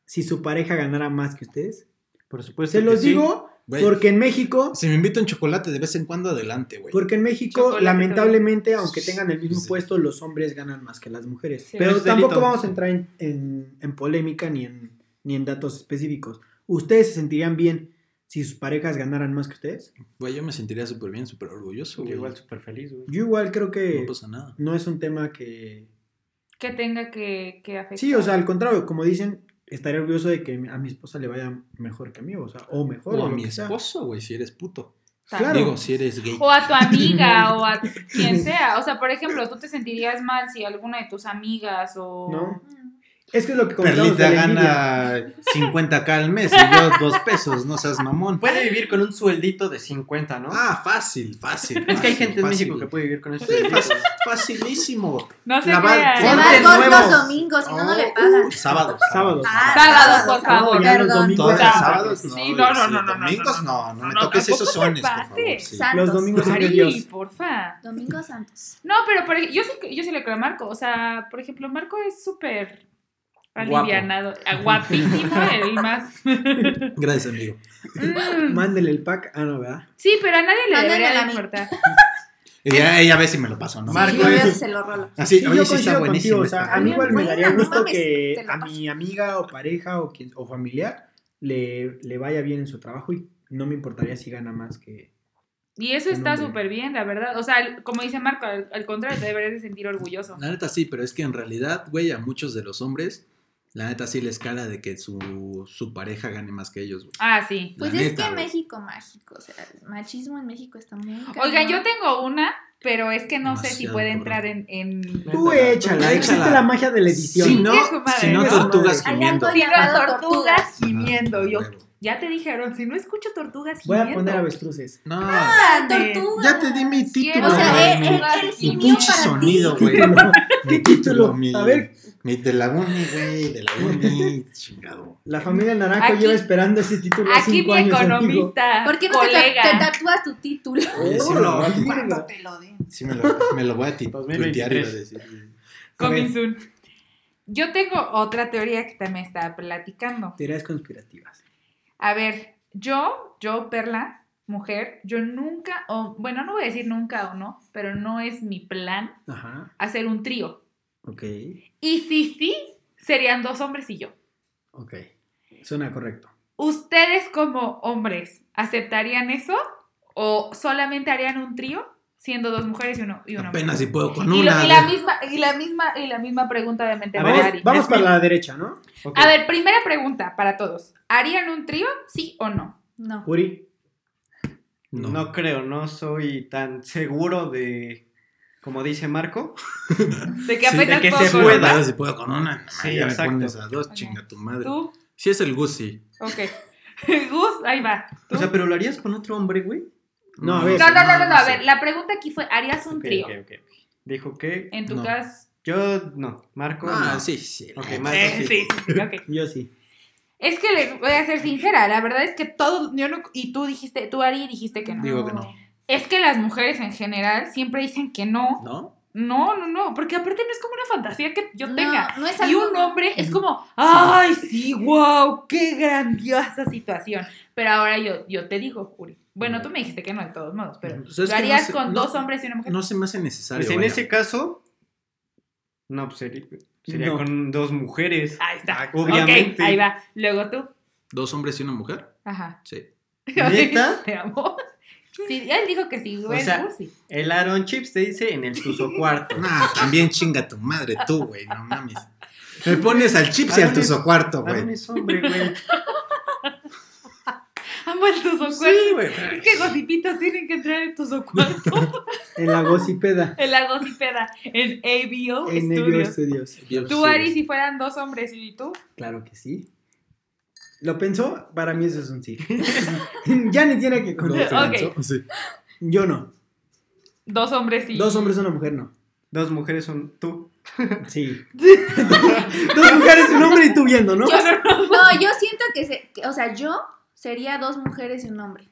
si su pareja ganara más que ustedes?
Por supuesto.
Se
que
los
sí.
digo
Güey.
porque en México,
Si me invita un chocolate de vez en cuando, adelante, güey.
porque en México
Chocolate,
lamentablemente, aunque tengan el mismo
Sí.
puesto, los hombres ganan más que las mujeres.
Sí.
Pero
Es delito.
tampoco vamos a entrar en, en- en polémica ni en, ni en datos específicos. ¿Ustedes se sentirían bien si sus parejas ganaran más que ustedes?
Güey, yo me sentiría súper bien, súper orgulloso,
Yo
güey.
igual súper feliz, güey.
Yo igual creo que
No pues, pasa nada.
no es un tema que...
Que tenga que, que afectar.
Sí, o sea, al contrario, como dicen, estaría orgulloso de que a mi esposa le vaya mejor que a mí, o sea, o mejor.
O a
lo
mi
que sea.
esposo, güey, si eres puto.
También.
Claro.
Digo, si eres gay.
O a
*laughs*
tu amiga o a quien sea. O sea, por ejemplo, tú te sentirías mal si alguna de tus amigas o.
¿No?
Mm.
Es que es lo que comentamos
Perlita
de la envidia.
gana 50k al mes y yo dos pesos, no seas mamón.
Puede vivir con un sueldito de 50, ¿no?
Ah, fácil, fácil.
es que hay
fácil,
gente en
fácil.
México que puede vivir con eso.
Sí, fácil, facilísimo.
No se
La va-
crean.
Se va
Ponte
al golf
nuevos.
los domingos, si no, no le pagan.
Uh, sábado.
Sábado.
Ah,
Sábados, por favor.
ya los
Perdón.
domingos.
Todos los
Sábado.
sábados no.
Sí,
sí,
no, no, no, no, no,
Domingos no,
no,
no me
no,
toques
tampoco
esos
te
sones, por favor.
pases.
sí.
Santos.
Los domingos son de
Ari,
Dios.
porfa.
Domingos santos.
No, pero por ej- yo, sí, que- yo sí le creo a Marco. O sea, por ejemplo, Marco es súper
Guapo.
alivianado. Ah,
*laughs*
Guapísimo, el más.
Gracias, amigo.
Mm.
Mándele el pack. Ah, no, ¿verdad?
Sí, pero a nadie le
Mándenmela
debería de
a mí.
importar.
Y ya ella ve si me lo paso, ¿no?
Sí,
Marco,
yo
es-
veo si se lo rolo.
Así,
Sí,
oye,
yo
Ah, sí
coincido contigo.
está buenísimo. este
O sea,
está
a mí
bien.
igual me
Buena,
daría
no
gusto
mames,
que
te la
a
paso.
mi amiga o pareja o, quien, o familiar le, le vaya bien en su trabajo y no me importaría si gana más que.
Y eso
Un
está
hombre.
súper bien, la verdad. O sea, al- como dice Marco, al, al contrario, te deberías de sentir orgulloso.
La neta sí, pero es que en realidad, güey, a muchos de los hombres, la neta sí les cala de que su, su pareja gane más que ellos, güey.
Ah, sí.
La
Pues es
neta,
que
güey.
México mágico, o sea, el machismo en México está muy
Oigan,
cañón.
yo tengo una, pero es que no sé si
Demasiado
puede
horrible.
entrar en... en...
Tú échala, existe
Échala.
la magia de la edición.
Si no,
Chingue su madre.
si no
Chingue su
tortugas
madre.
gimiendo.
Al
Sí, no,
Tortugas.
tortugas *laughs* gimiendo.
Ajá,
Yo,
huevo.
ya te dijeron, si no escucho tortugas
Ah, Voy
gimiendo.
a poner avestruces.
No,
Ah,
Dame.
tortuga.
ya te di mi título.
O sea,
güey,
eh,
mi-
eh,
él
mi
gimió
pinche
para ti.
sonido, *laughs* *laughs* güey.
¿Qué
Mi
título?
mi-
A ver.
Mi de la uni, güey, de la uni, chingado.
La familia Naranjo
Aquí-
lleva esperando ese título
Aquí
cinco
mi
años. amigo.
economista,
¿Por qué no te,
colega.
ta- te tatúas tu título?
Oye, sí me lo
Hola,
voy a-
virga.
te lo den?
sí me lo, me lo voy a ti- tuitear y
2023.
voy a decir.
A ver,
Coming soon. Yo tengo otra teoría que también estaba platicando.
Teorías conspirativas.
A ver, yo, yo, Perla, mujer, yo nunca, o bueno, no voy a decir nunca o no, pero no es mi plan
Ajá.
hacer un trío.
Ok.
Y si sí, serían dos hombres y yo.
Ok. Suena correcto.
¿Ustedes como hombres aceptarían eso? ¿O solamente harían un trío siendo dos mujeres y, uno, y un hombre?
Apenas si puedo con
Y, lo-
una.
y la
güey.
misma, y la misma, y la misma pregunta de mente
A
para
Vamos,
Ari.
vamos
es
para
mi-
la derecha, ¿no?
Ok.
A ver, primera pregunta para todos. ¿Harían un trío? ¿Sí o no?
No.
Uri.
No.
No. creo, no soy tan seguro de, como dice Marco,
De que
Sí, de
apenas
que
puedo
se
con-
pueda.
Apenas si puedo con una.
Sí,
ya me
exacto.
pones a dos,
Ok.
chinga tu madre.
¿Tú?
Si es el Gucci.
Ok. *laughs* Gus, ahí va. ¿Tú?
o sea, pero lo harías con otro hombre, güey.
No,
Pues,
a ver.
no, no, no, no, no, A
sé.
ver, la pregunta aquí fue, ¿harías un
Ok,
trío? Eh.
ok, ok. Dijo que
En tu
No.
caso.
yo no, Marco.
Ah,
no.
sí, Ah, sí.
Ok,
la-
Marco
Eh,
sí.
sí, sí, sí, ok.
Yo sí.
Es que les voy a ser sincera, la verdad es que todos, yo no, y tú dijiste, tú Ari dijiste que no.
Digo que no.
Es que las mujeres en general siempre dicen que no.
¿No?
No, no, no, porque aparte no es como una fantasía que yo
No,
tenga.
no es
*laughs* Y
algo-
un hombre es como, ay, sí, wow, qué grandiosa situación. Pero ahora yo, yo te digo, Juri. Bueno, tú me dijiste que no de todos modos, pero
Pues es
¿lo
que
harías
no sé-
con
no-
dos hombres y una mujer?
No se me hace necesario.
Pues en
vaya.
ese caso, no, pues sería, sería
No.
con dos mujeres.
Ahí Ah, está.
Ah, Obviamente.
Ok, ahí va. Luego tú.
¿Dos hombres y una mujer?
Ajá. *laughs*
Sí.
¿Neta?
Te amo. Sí, él dijo que sí, güey.
sea,
Juri.
El Aaron Chips te dice en el
*laughs*
tuso cuarto.
Nah, también chinga tu madre, tú, güey. No mames. Me pones al chips y al
Varones-
tuzo cuarto,
Aaron
güey.
es hombre, güey.
Amo el tuzo
Sí, güey.
Es que gocipitos tienen que entrar en tuzo cuarto.
En la
*laughs*
gocipeda.
en la gocipeda. En ABO
en Nebio
Studios.
Studios.
Tú, Ari, si fueran dos hombres y tú.
Claro que sí. ¿Lo pensó? Para mí eso es un sí. *laughs* ya ni tiene que
¿Lo
conocer.
pensó? Sí.
Yo no.
Dos hombres y.
Dos hombres y una mujer no.
Dos mujeres son tú.
Sí. Dos mujeres y un hombre y tú viendo, ¿no?
Yo, no, yo siento que, se- que- o sea, yo sería dos mujeres y un hombre.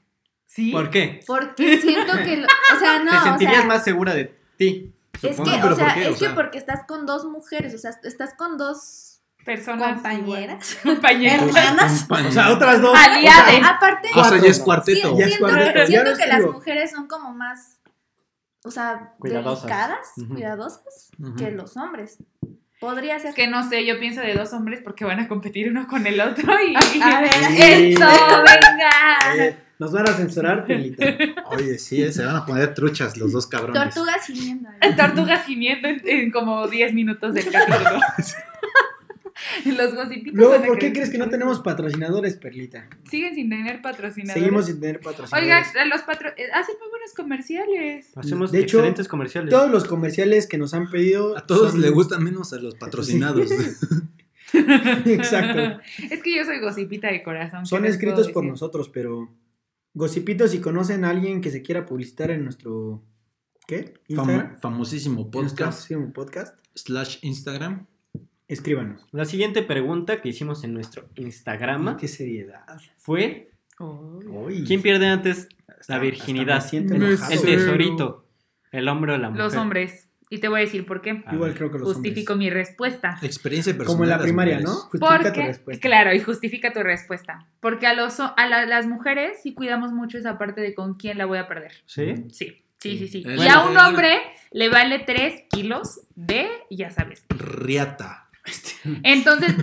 Sí.
¿Por qué?
Porque siento que, lo- o sea, no,
te
o
sentirías
sea,
más segura de ti.
es
supongo.
que,
pero
o sea,
¿por qué?
es
O
que
sea-
porque estás con dos mujeres, o sea, estás con dos
Personas.
compañeras.
igual. *laughs* Compañeras.
Hermanas.
Compañía.
O sea, otras dos.
Aliades.
Aparte,
O sea, ya es
sí,
cuarteto.
Ya es
siento,
cuarteto, ya
siento
no
que las
escribo.
mujeres son como más, o sea,
Cuidadosas.
delicadas,
Ujú.
cuidadosas
Ujú.
que los hombres. Podría ser.
Es que no sé, yo pienso de dos hombres porque van a competir uno con el otro y.
A ver,
Sí.
*laughs*
¡Eso! ¡Venga!
Eh, nos van a censurar, Pelita.
Oye, sí, eh, se van a poner truchas los dos cabrones.
tortugas gimiendo. ahí.
*laughs* Tortugas gimiendo en, en como 10 minutos del
*laughs*
capítulo. *laughs* Los gossipitos. van
Luego,
a
¿por qué
creer
crees que no tenemos patrocinadores, Perlita?
Siguen sin tener patrocinadores.
Seguimos sin tener
Oigan,
patrocinadores.
los patro... eh, hacen muy buenos comerciales.
Hacemos
De hecho,
excelentes
*laughs*
comerciales.
todos los comerciales que nos han pedido.
A todos
son-
*laughs* les gustan menos a los patrocinados.
*laughs*
*laughs*
Exacto.
Es que yo soy gocipita de corazón. ¿qué
Son
les
escritos
puedo
por
decir?
nosotros, pero. Gocipitos, si conocen a alguien que se quiera publicitar en nuestro. ¿Qué?
Fam-
Instagram.
famosísimo podcast
Sí, un podcast.
slash Instagram.
Escríbanos.
La siguiente pregunta que hicimos en nuestro Instagram
Qué seriedad.
fue:
Uy.
¿Quién pierde antes
Hasta-
la virginidad?
hasta me siento
El
enojado.
el
Sí.
tesorito? ¿El hombre o la mujer?
Los hombres. Y te voy a decir por qué.
A
Igual
ver.
creo que Ah, los
Justifico
hombres.
mi respuesta.
Experiencia personal.
Como en la
las
primaria, ¿no?
mujeres.
Justifica tu
Porque,
respuesta.
claro, y justifica tu respuesta. Porque a, los, a la- las mujeres sí cuidamos mucho esa parte de con quién la voy a perder.
¿Sí?
Sí, sí, sí, sí.
Bueno,
y a un
bueno.
hombre le vale 3 kilos de, ya sabes.
Riata.
Entonces,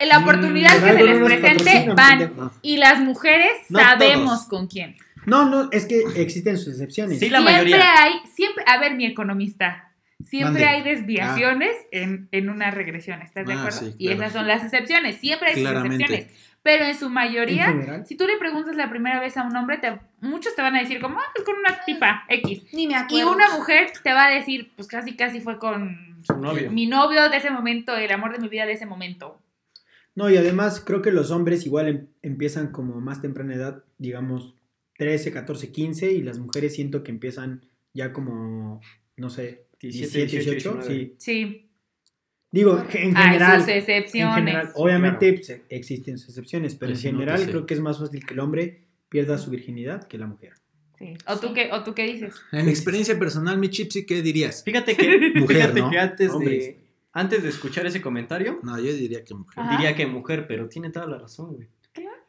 la oportunidad
Por
que se
algo Mm, no
les
nos
presente
patrocinan,
van.
pendejo.
No.
Y las mujeres
No
sabemos
todos.
con quién.
No, no, es que existen sus excepciones.
Sí, la
siempre
mayoría.
hay, siempre, a ver, mi economista,
Mande.
siempre hay desviaciones en, en una regresión, ¿estás de
Ah,
acuerdo?
sí,
Y
claro.
esas son las excepciones, siempre hay sus
Claramente.
excepciones. Pero en su
en
mayoría,
general.
si tú le preguntas la primera vez a un hombre, te- muchos te van a decir como, ah, pues con una tipa X.
Ni me
Y
acuerdo.
una mujer te va a decir, pues casi, casi fue con
Su novio.
mi novio de ese momento, el amor de mi vida de ese momento.
No, y además creo que los hombres igual em- empiezan como más temprana edad, digamos 13, 14, 15, y las mujeres siento que empiezan ya como, no sé, 17, 18, sí.
Sí,
Digo, que en
Ah, hay
general,
sus
en
excepciones.
general obviamente pues, existen sus excepciones, pero en
Pues, no,
general
pues, sí.
creo que es más fácil que el hombre pierda su virginidad que la mujer.
Sí. ¿O, tú qué, ¿O tú qué dices?
En experiencia personal, mi Chipsy, ¿qué dirías?
Fíjate que,
Mujer,
fíjate
¿no?
que antes,
Hombres.
de, antes de escuchar ese comentario,
No, yo diría que mujer.
Ajá.
diría que mujer, pero tiene toda la razón, güey.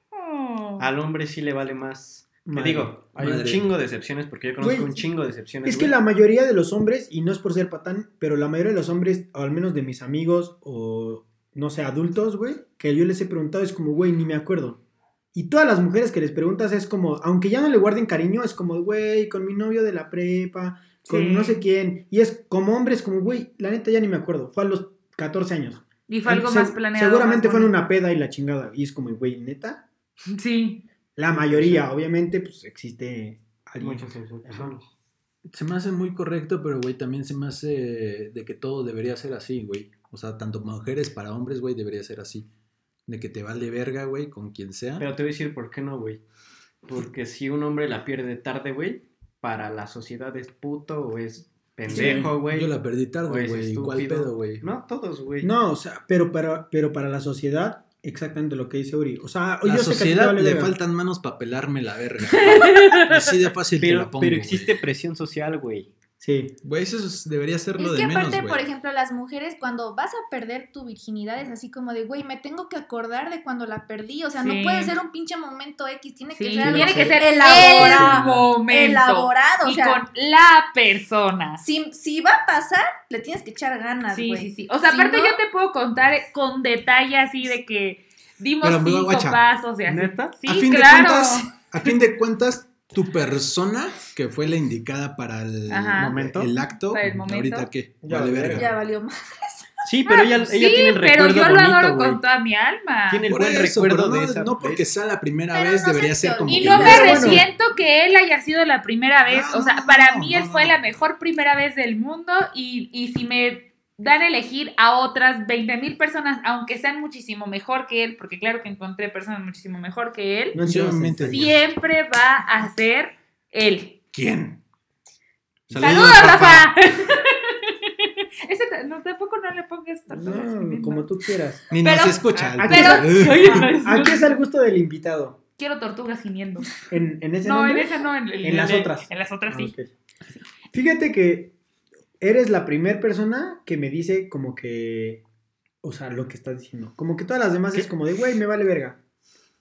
Oh.
Ah,
Al hombre sí le vale más. Te
Madre.
digo, hay un
Madre.
chingo de excepciones, porque yo conozco
Güey,
un chingo de excepciones.
Es que
güey.
la mayoría de los hombres, y no es por ser patán, pero la mayoría de los hombres, o al menos de mis amigos o no sé, adultos, güey, que yo les he preguntado, es como, güey, ni me acuerdo. Y todas las mujeres que les preguntas es como, aunque ya no le guarden cariño, es como, güey, con mi novio de la prepa, con
Sí.
no sé quién. Y es como hombres, como, güey, la neta ya ni me acuerdo. Fue a los 14 años.
Y fue algo
Se-
más planeado.
Seguramente
más
fue en
bonito.
una peda y la chingada. Y es como, güey, neta.
Sí.
La mayoría, obviamente, pues existe alguien.
Muchas excepciones.
Ajá.
Se me hace muy correcto, pero, güey, también se me hace de que todo debería ser así, güey. O sea, tanto mujeres para hombres, güey, debería ser así. De que te vale verga, güey, con quien sea.
Pero te voy a decir por qué no, güey. Porque si un hombre la pierde tarde, güey, para la sociedad es puto o es pendejo, güey.
Yo la perdí tarde,
Pues,
güey. ¿Cuál
estúpido.
pedo, güey?
No, todos, güey.
No, o sea, pero para, pero para la sociedad, exactamente lo que dice Uri. O sea,
A la
yo sé que a ti te
sociedad
vale
le
verga.
faltan manos para pelarme la verga. Así de fácil te
pero,
la pongo.
pero existe presión social, güey.
Sí.
Güey, Güey, eso es- debería ser
Es
lo
que
de menos,
aparte, por
güey.
ejemplo, las mujeres cuando vas a perder tu virginidad es así como de, güey, me tengo que acordar de cuando la perdí. O sea,
Sí.
no puede ser un pinche momento X, tiene que
Sí,
ser algo
tiene que
sí.
ser
Elaborado.
el momento.
elaborado. O
y
sea,
con la persona.
si, si va a pasar, le tienes que echar ganas,
Sí,
güey.
sí, sí. O sea,
Si
aparte
no-
yo te puedo contar con detalle así de que dimos
Pero,
cinco
guacha,
pasos de así.
¿Neta?
Sí,
a fin
claro.
de cuentas, a fin de cuentas, tu persona que fue la indicada para el
Ajá.
Momento.
el acto,
Para el momento.
ahorita qué,
Ya,
vale verga.
Ya valió más.
Sí, pero ella, ella
Ah, sí,
tiene el
pero
recuerdo
yo lo
bonito,
adoro
güey.
con toda mi alma.
Tiene el
Por
buen
eso,
recuerdo
pero
de
no,
esa
no porque
vez.
sea la primera
Pero
vez,
no
debería
se
ser como
Y
que
no
ya
me
es bueno.
resiento que él haya sido la primera vez.
No,
o sea,
no,
para
no,
mí
no,
él fue
no.
la mejor primera vez del mundo. Y, y si me dan a elegir a otras 20 mil personas, aunque sean muchísimo mejor que él, porque claro que encontré personas muchísimo mejor que él,
No entiendo.
Obviamente.
esa historia.
siempre va a ser él.
¿Quién?
¡Saludos, Rafa! *laughs* Ese ta- no, tampoco no le pongas tanto
No,
resentimiento.
como tú quieras.
Ni
Pero-
nos escucha.
Ah,
el
pero-
pendejo.
*laughs* Oye,
Aquí es al gusto del invitado.
Quiero tortugas gimiendo.
En, en ese
No, en
nombre.
esa no, en, en-
En las
en-
otras.
En las otras sí.
Ah, ok. Fíjate que eres la primera persona que me dice como que. O sea, lo que estás diciendo. Como que todas las demás
¿Qué?
es como de, güey, me vale verga.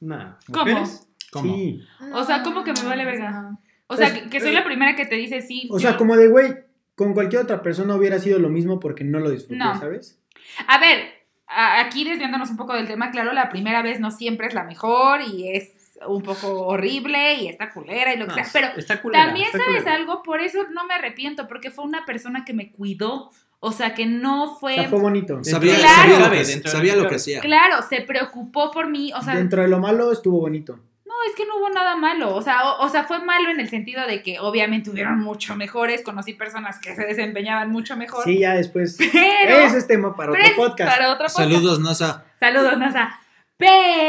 Nah,
¿Cómo?
¿mujeres?
*laughs* ¿Cómo?
Sí.
No,
O sea, ¿cómo que me vale verga?
no.
O sea,
Pues,
que, que soy la primera que te dice sí.
O sea,
yo-
como de, güey, con cualquier otra persona hubiera sido lo mismo porque no lo disfruté,
No.
¿sabes?
A ver, a- aquí desviándonos un poco del tema, claro, la primera vez no siempre es la mejor y es un poco horrible y está culera y lo que
Nah,
sea, pero
está culera,
también
está
sabes
culera.
algo, por eso no me arrepiento, porque fue una persona que me cuidó, o sea, que no
O
fue...
sea, fue bonito.
Sabía,
Claro.
sabía lo que,
Dentro de lo
sabía
que
lo que
cabe.
hacía.
Claro, se preocupó por mí, o sea,
Dentro de lo malo estuvo bonito.
no, es que no hubo nada malo. O sea, o, o sea, fue malo en el sentido de que obviamente hubieron mucho mejores, conocí personas que se desempeñaban mucho mejor.
Sí, ya después.
pero,
Ese es tema para
pero es
otro podcast.
para otro podcast.
Saludos, NASA.
Saludos, NASA.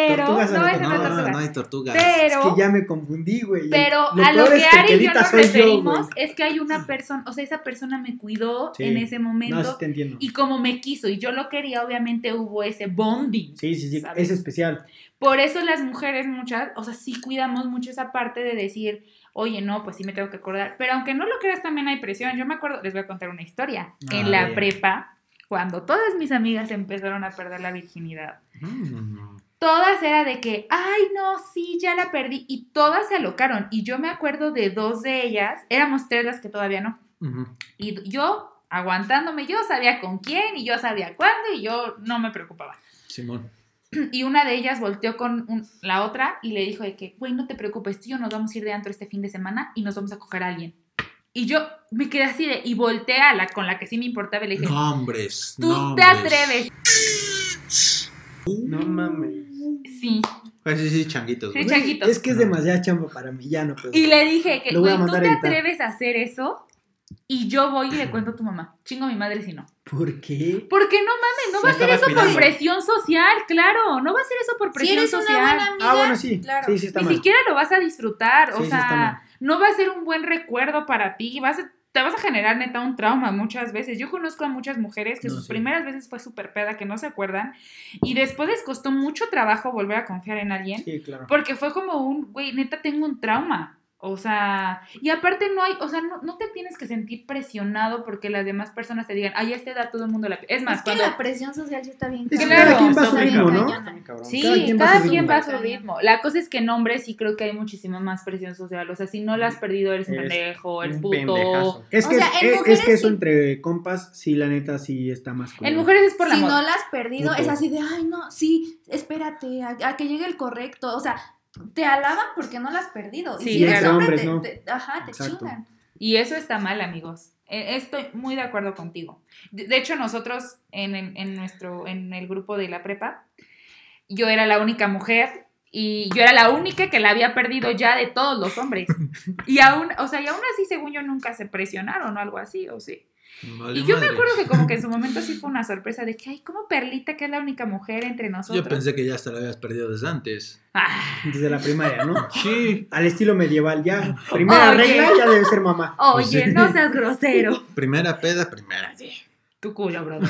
Pero,
Tortugas a
no
la
es
que
en
No,
la
tortuga.
tortuga.
no hay tortugas.
pero,
Es que ya me confundí, güey.
pero
Lo
a lo
peor
que
es que
Ari y yo
Kelita
nos
soy yo,
referimos
güey.
es que hay una persona, o sea, esa persona me cuidó
Sí.
en ese momento
No, sí te entiendo.
y como me quiso y yo lo quería, obviamente hubo ese bonding.
Sí, sí, sí.
¿Sabes?
Es especial.
Por eso las mujeres muchas, o sea, sí cuidamos mucho esa parte de decir, oye, no, pues sí me tengo que acordar. Pero aunque no lo creas, también hay presión. Yo me acuerdo, les voy a contar una historia.
A
en la
ver.
prepa, cuando todas mis amigas empezaron a perder la virginidad,
Mm.
todas era de que, ay, no, sí, ya la perdí. Y todas se alocaron. Y yo me acuerdo de dos de ellas, éramos tres las que todavía no.
Ujú.
Y yo aguantándome, yo sabía con quién y yo sabía cuándo y yo no me preocupaba.
Simón.
Y una de ellas volteó con un- la otra y le dijo de que, güey, no te preocupes, tú y yo nos vamos a ir de antro este fin de semana y nos vamos a coger a alguien. Y yo me quedé así de, y volteé a la con la que sí me importaba y le dije,
Nombres.
tú
nombres.
te atreves.
No mames.
Sí,
Pues sí, sí, changuitos.
Sí,
güey.
changuitos. Chaguitos.
Es que es demasiada chamba para mí. Ya no puedo.
y le dije que,
Lo voy a
güey, tú
mandar
te
a editar.
atreves a hacer eso y yo voy y le cuento a tu mamá. Chingo a mi madre si no.
¿Por qué?
Porque no mames, no
Me
va a hacer
estaba
eso
cuidando.
por presión social, claro, no va a hacer eso por
Si
presión
eres una
social.
buena amiga.
Ah, bueno, sí.
claro.
Sí, sí, está
Ni
mal.
siquiera lo vas a disfrutar, o
Sí, sí, está mal.
sea, no va a ser un buen recuerdo para ti, vas a- te vas a generar neta un trauma muchas veces. Yo conozco a muchas mujeres que
No,
sus
sí.
primeras veces fue súper peda, que no se acuerdan, y después les costó mucho trabajo volver a confiar en alguien,
Sí, claro.
porque fue como un, güey, neta tengo un trauma. O sea, y aparte no hay, o sea, no, no te tienes que sentir presionado porque las demás personas te digan, ay, a esta edad todo el mundo la... Es más,
Es que
cuando...
la presión social sí está bien.
Es que
cada quien
va a su ritmo, ¿no?
Sí,
Cada
cada
quien
quien,
va a su ritmo.
va a su ritmo. La cosa es que en hombres sí creo que hay muchísima más presión social. O sea, si no la has perdido, eres un
Eres
pendejo, eres
Un
puto.
pendejazo.
Es
O
que,
sea,
es,
en
es- es
mujeres
que eso
sí.
entre compas, sí, la neta, sí está más cool.
En mujeres es por la
si no
moda.
la has perdido,
Puto.
es así de, ay, no, sí, espérate, a, a que llegue el correcto. O sea, te alaban porque no la has perdido.
Sí,
y si eres
claro.
hombre,
Hombres,
te,
¿no?
te- ajá, te
Exacto.
chingan.
Y eso está mal, amigos. Eh, Estoy muy de acuerdo contigo. De de hecho, nosotros en, en- en nuestro, en el grupo de la prepa, yo era la única mujer y yo era la única que la había perdido ya de todos
*laughs*
los hombres. Y aún, o sea, y aún así, según yo, nunca se presionaron o algo así, o sí.
Vale
Y yo
madre.
me acuerdo que como que en su momento sí fue una sorpresa de que, ay, como Perlita, que es la única mujer entre nosotros.
Yo pensé que ya hasta lo habías perdido desde antes.
Ah,
Desde la primaria,
*laughs*
¿no?
Sí.
Al estilo medieval, ya. Primera
Oye.
regla, ya debe ser mamá.
Pues sí.
oye, no
*laughs*
seas grosero.
Primera peda, primera.
Tu culo, brother.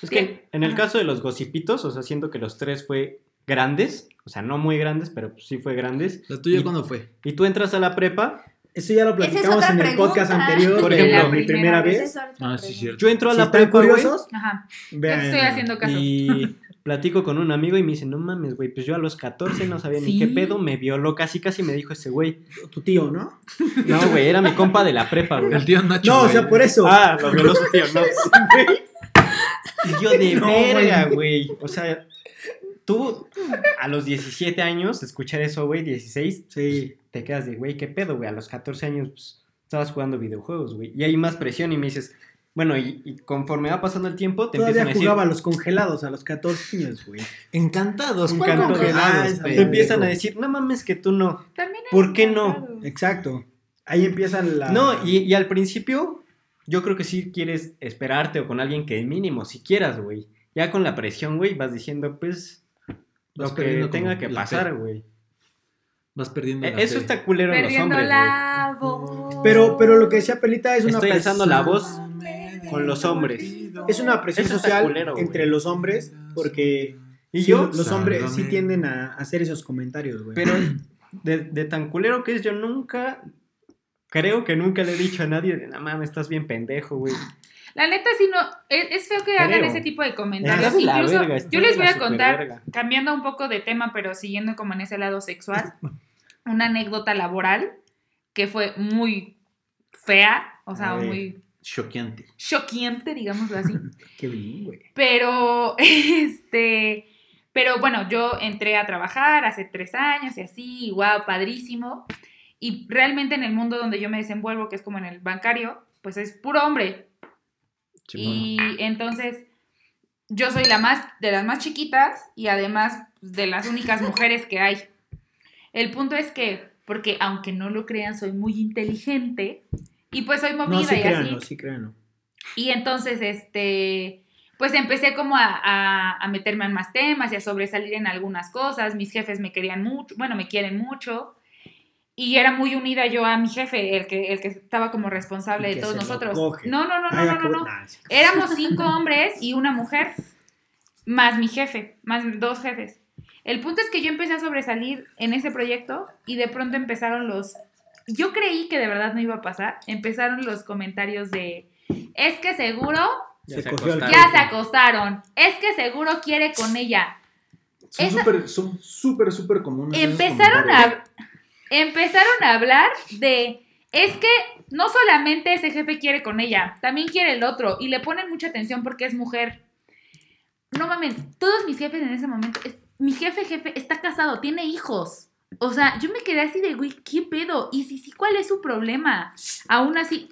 Es que en el caso de los gocipitos, o sea, siento que los tres fue grandes, o sea, no muy grandes, pero pues sí fue grandes.
¿La tuya
Y-
cuándo fue?
Y tú entras a la prepa,
Eso ya lo
Esa es
platicamos
otra
en el
pregunta.
podcast anterior.
Por
de
ejemplo,
mi primera
primera
vez.
Esa es otra
Ah, sí,
pregunta.
cierto.
yo entro a
Si
la
están
prepa, güey,
curiosos,
Ajá,
vean.
estoy haciendo caso.
y *laughs* platico con un amigo y me dice, no mames, güey, pues yo a los 14 no sabía ni
Sí.
qué pedo, me violó casi, casi me dijo ese güey.
Tu tío, ¿no?
No, güey, era mi compa de la prepa, güey.
El tío Nacho.
No, o
güey.
sea, pues, por eso.
*laughs* Ah, lo violó
*laughs*
su tío, no. Y yo de
No,
verga, güey. O sea, tú a los 17 años, escuchar eso, güey, 16,
Sí.
te quedas de, güey, qué pedo, güey. A los 14 años pues, estabas jugando videojuegos, güey. Y hay más presión y me dices, bueno, y, y conforme va pasando el tiempo, te
Todavía
empiezan a decir...
jugaba a los congelados a los 14 años, güey.
Encantados.
Un
¿cuál
canto
con-
de
Ah,
lados,
esa
Te
madre,
empiezan a
güey.
decir, no mames que tú no.
También hay
¿Por qué no?
mercado.
Exacto. Ahí empieza
Ah,
la.
No, y, y al principio, yo creo que sí quieres esperarte o con alguien que mínimo, si quieras, güey. Ya con la presión, güey, vas diciendo, pues,
Vas
lo que
perdiendo
tenga
como
que
la
pasar,
fe.
güey.
Vas perdiendo.
E-
la
Eso
fe.
está culero en los
Perdiendo
hombres, güey.
la voz.
Pero, pero lo que decía Pelita es una
Estoy alzando la voz con los hombres.
Es una presión
Eso está
social
culero, güey.
entre los hombres porque
Y
sí,
yo,
los hombres sí
Sálvame.
tienden a hacer esos comentarios, güey.
pero de, de tan culero que es, yo nunca, creo que nunca le he dicho a nadie, de, no mames, estás bien pendejo, güey.
La neta, si no, es, es feo que hagan
Creo.
ese tipo de
Estás
comentarios.
de la
Incluso,
verga, estás
yo les
de
voy
la
a contar,
superverga.
cambiando un poco de tema, pero siguiendo como en ese lado
*laughs*
sexual, una anécdota laboral que fue muy fea, o sea,
A ver.
muy
Choqueante.
choqueante, digámoslo así.
*laughs* Qué bien, güey.
Pero, *laughs* este, pero bueno, yo entré a trabajar hace tres años y así, y guau, padrísimo. Y realmente en el mundo donde yo me desenvuelvo, que es como en el bancario, pues es puro hombre. Y entonces, yo
*laughs*
pues, soy la más, de las más chiquitas y además de las únicas mujeres que hay. El punto es que, porque aunque no lo crean, soy muy inteligente y pues soy movida
No, sí
y
créanlo,
así.
sí créanlo.
Y entonces, este, pues empecé como a, a- a meterme en más temas y a sobresalir en algunas cosas. Mis jefes me querían mucho, bueno, me quieren mucho. Y era muy unida yo a mi jefe, el que, el que estaba como responsable
Y
de
que
todos
se lo
nosotros.
coge.
No, no, no, no,
Ay,
no, no,
acabo-
no.
Nah, sí.
Éramos cinco hombres y una mujer, más mi jefe, más dos jefes. El punto es que yo empecé a sobresalir en ese proyecto y de pronto empezaron los... Yo creí que de verdad no iba a pasar. Empezaron los comentarios de... Es que seguro
Se cogió al-
ya se acostaron. Es que seguro quiere con ella.
Son
Esa-
súper, son súper, súper comunes. esos
Empezaron
comentarios.
a, empezaron a hablar de... Es que no solamente ese jefe quiere con ella, también quiere el otro. Y le ponen mucha atención porque es mujer. No mames, todos mis jefes en ese momento... es- mi jefe, jefe, está casado, tiene hijos. O sea, yo me quedé así de, güey, ¿qué pedo? Y si sí, ¿cuál es su problema? Aún así,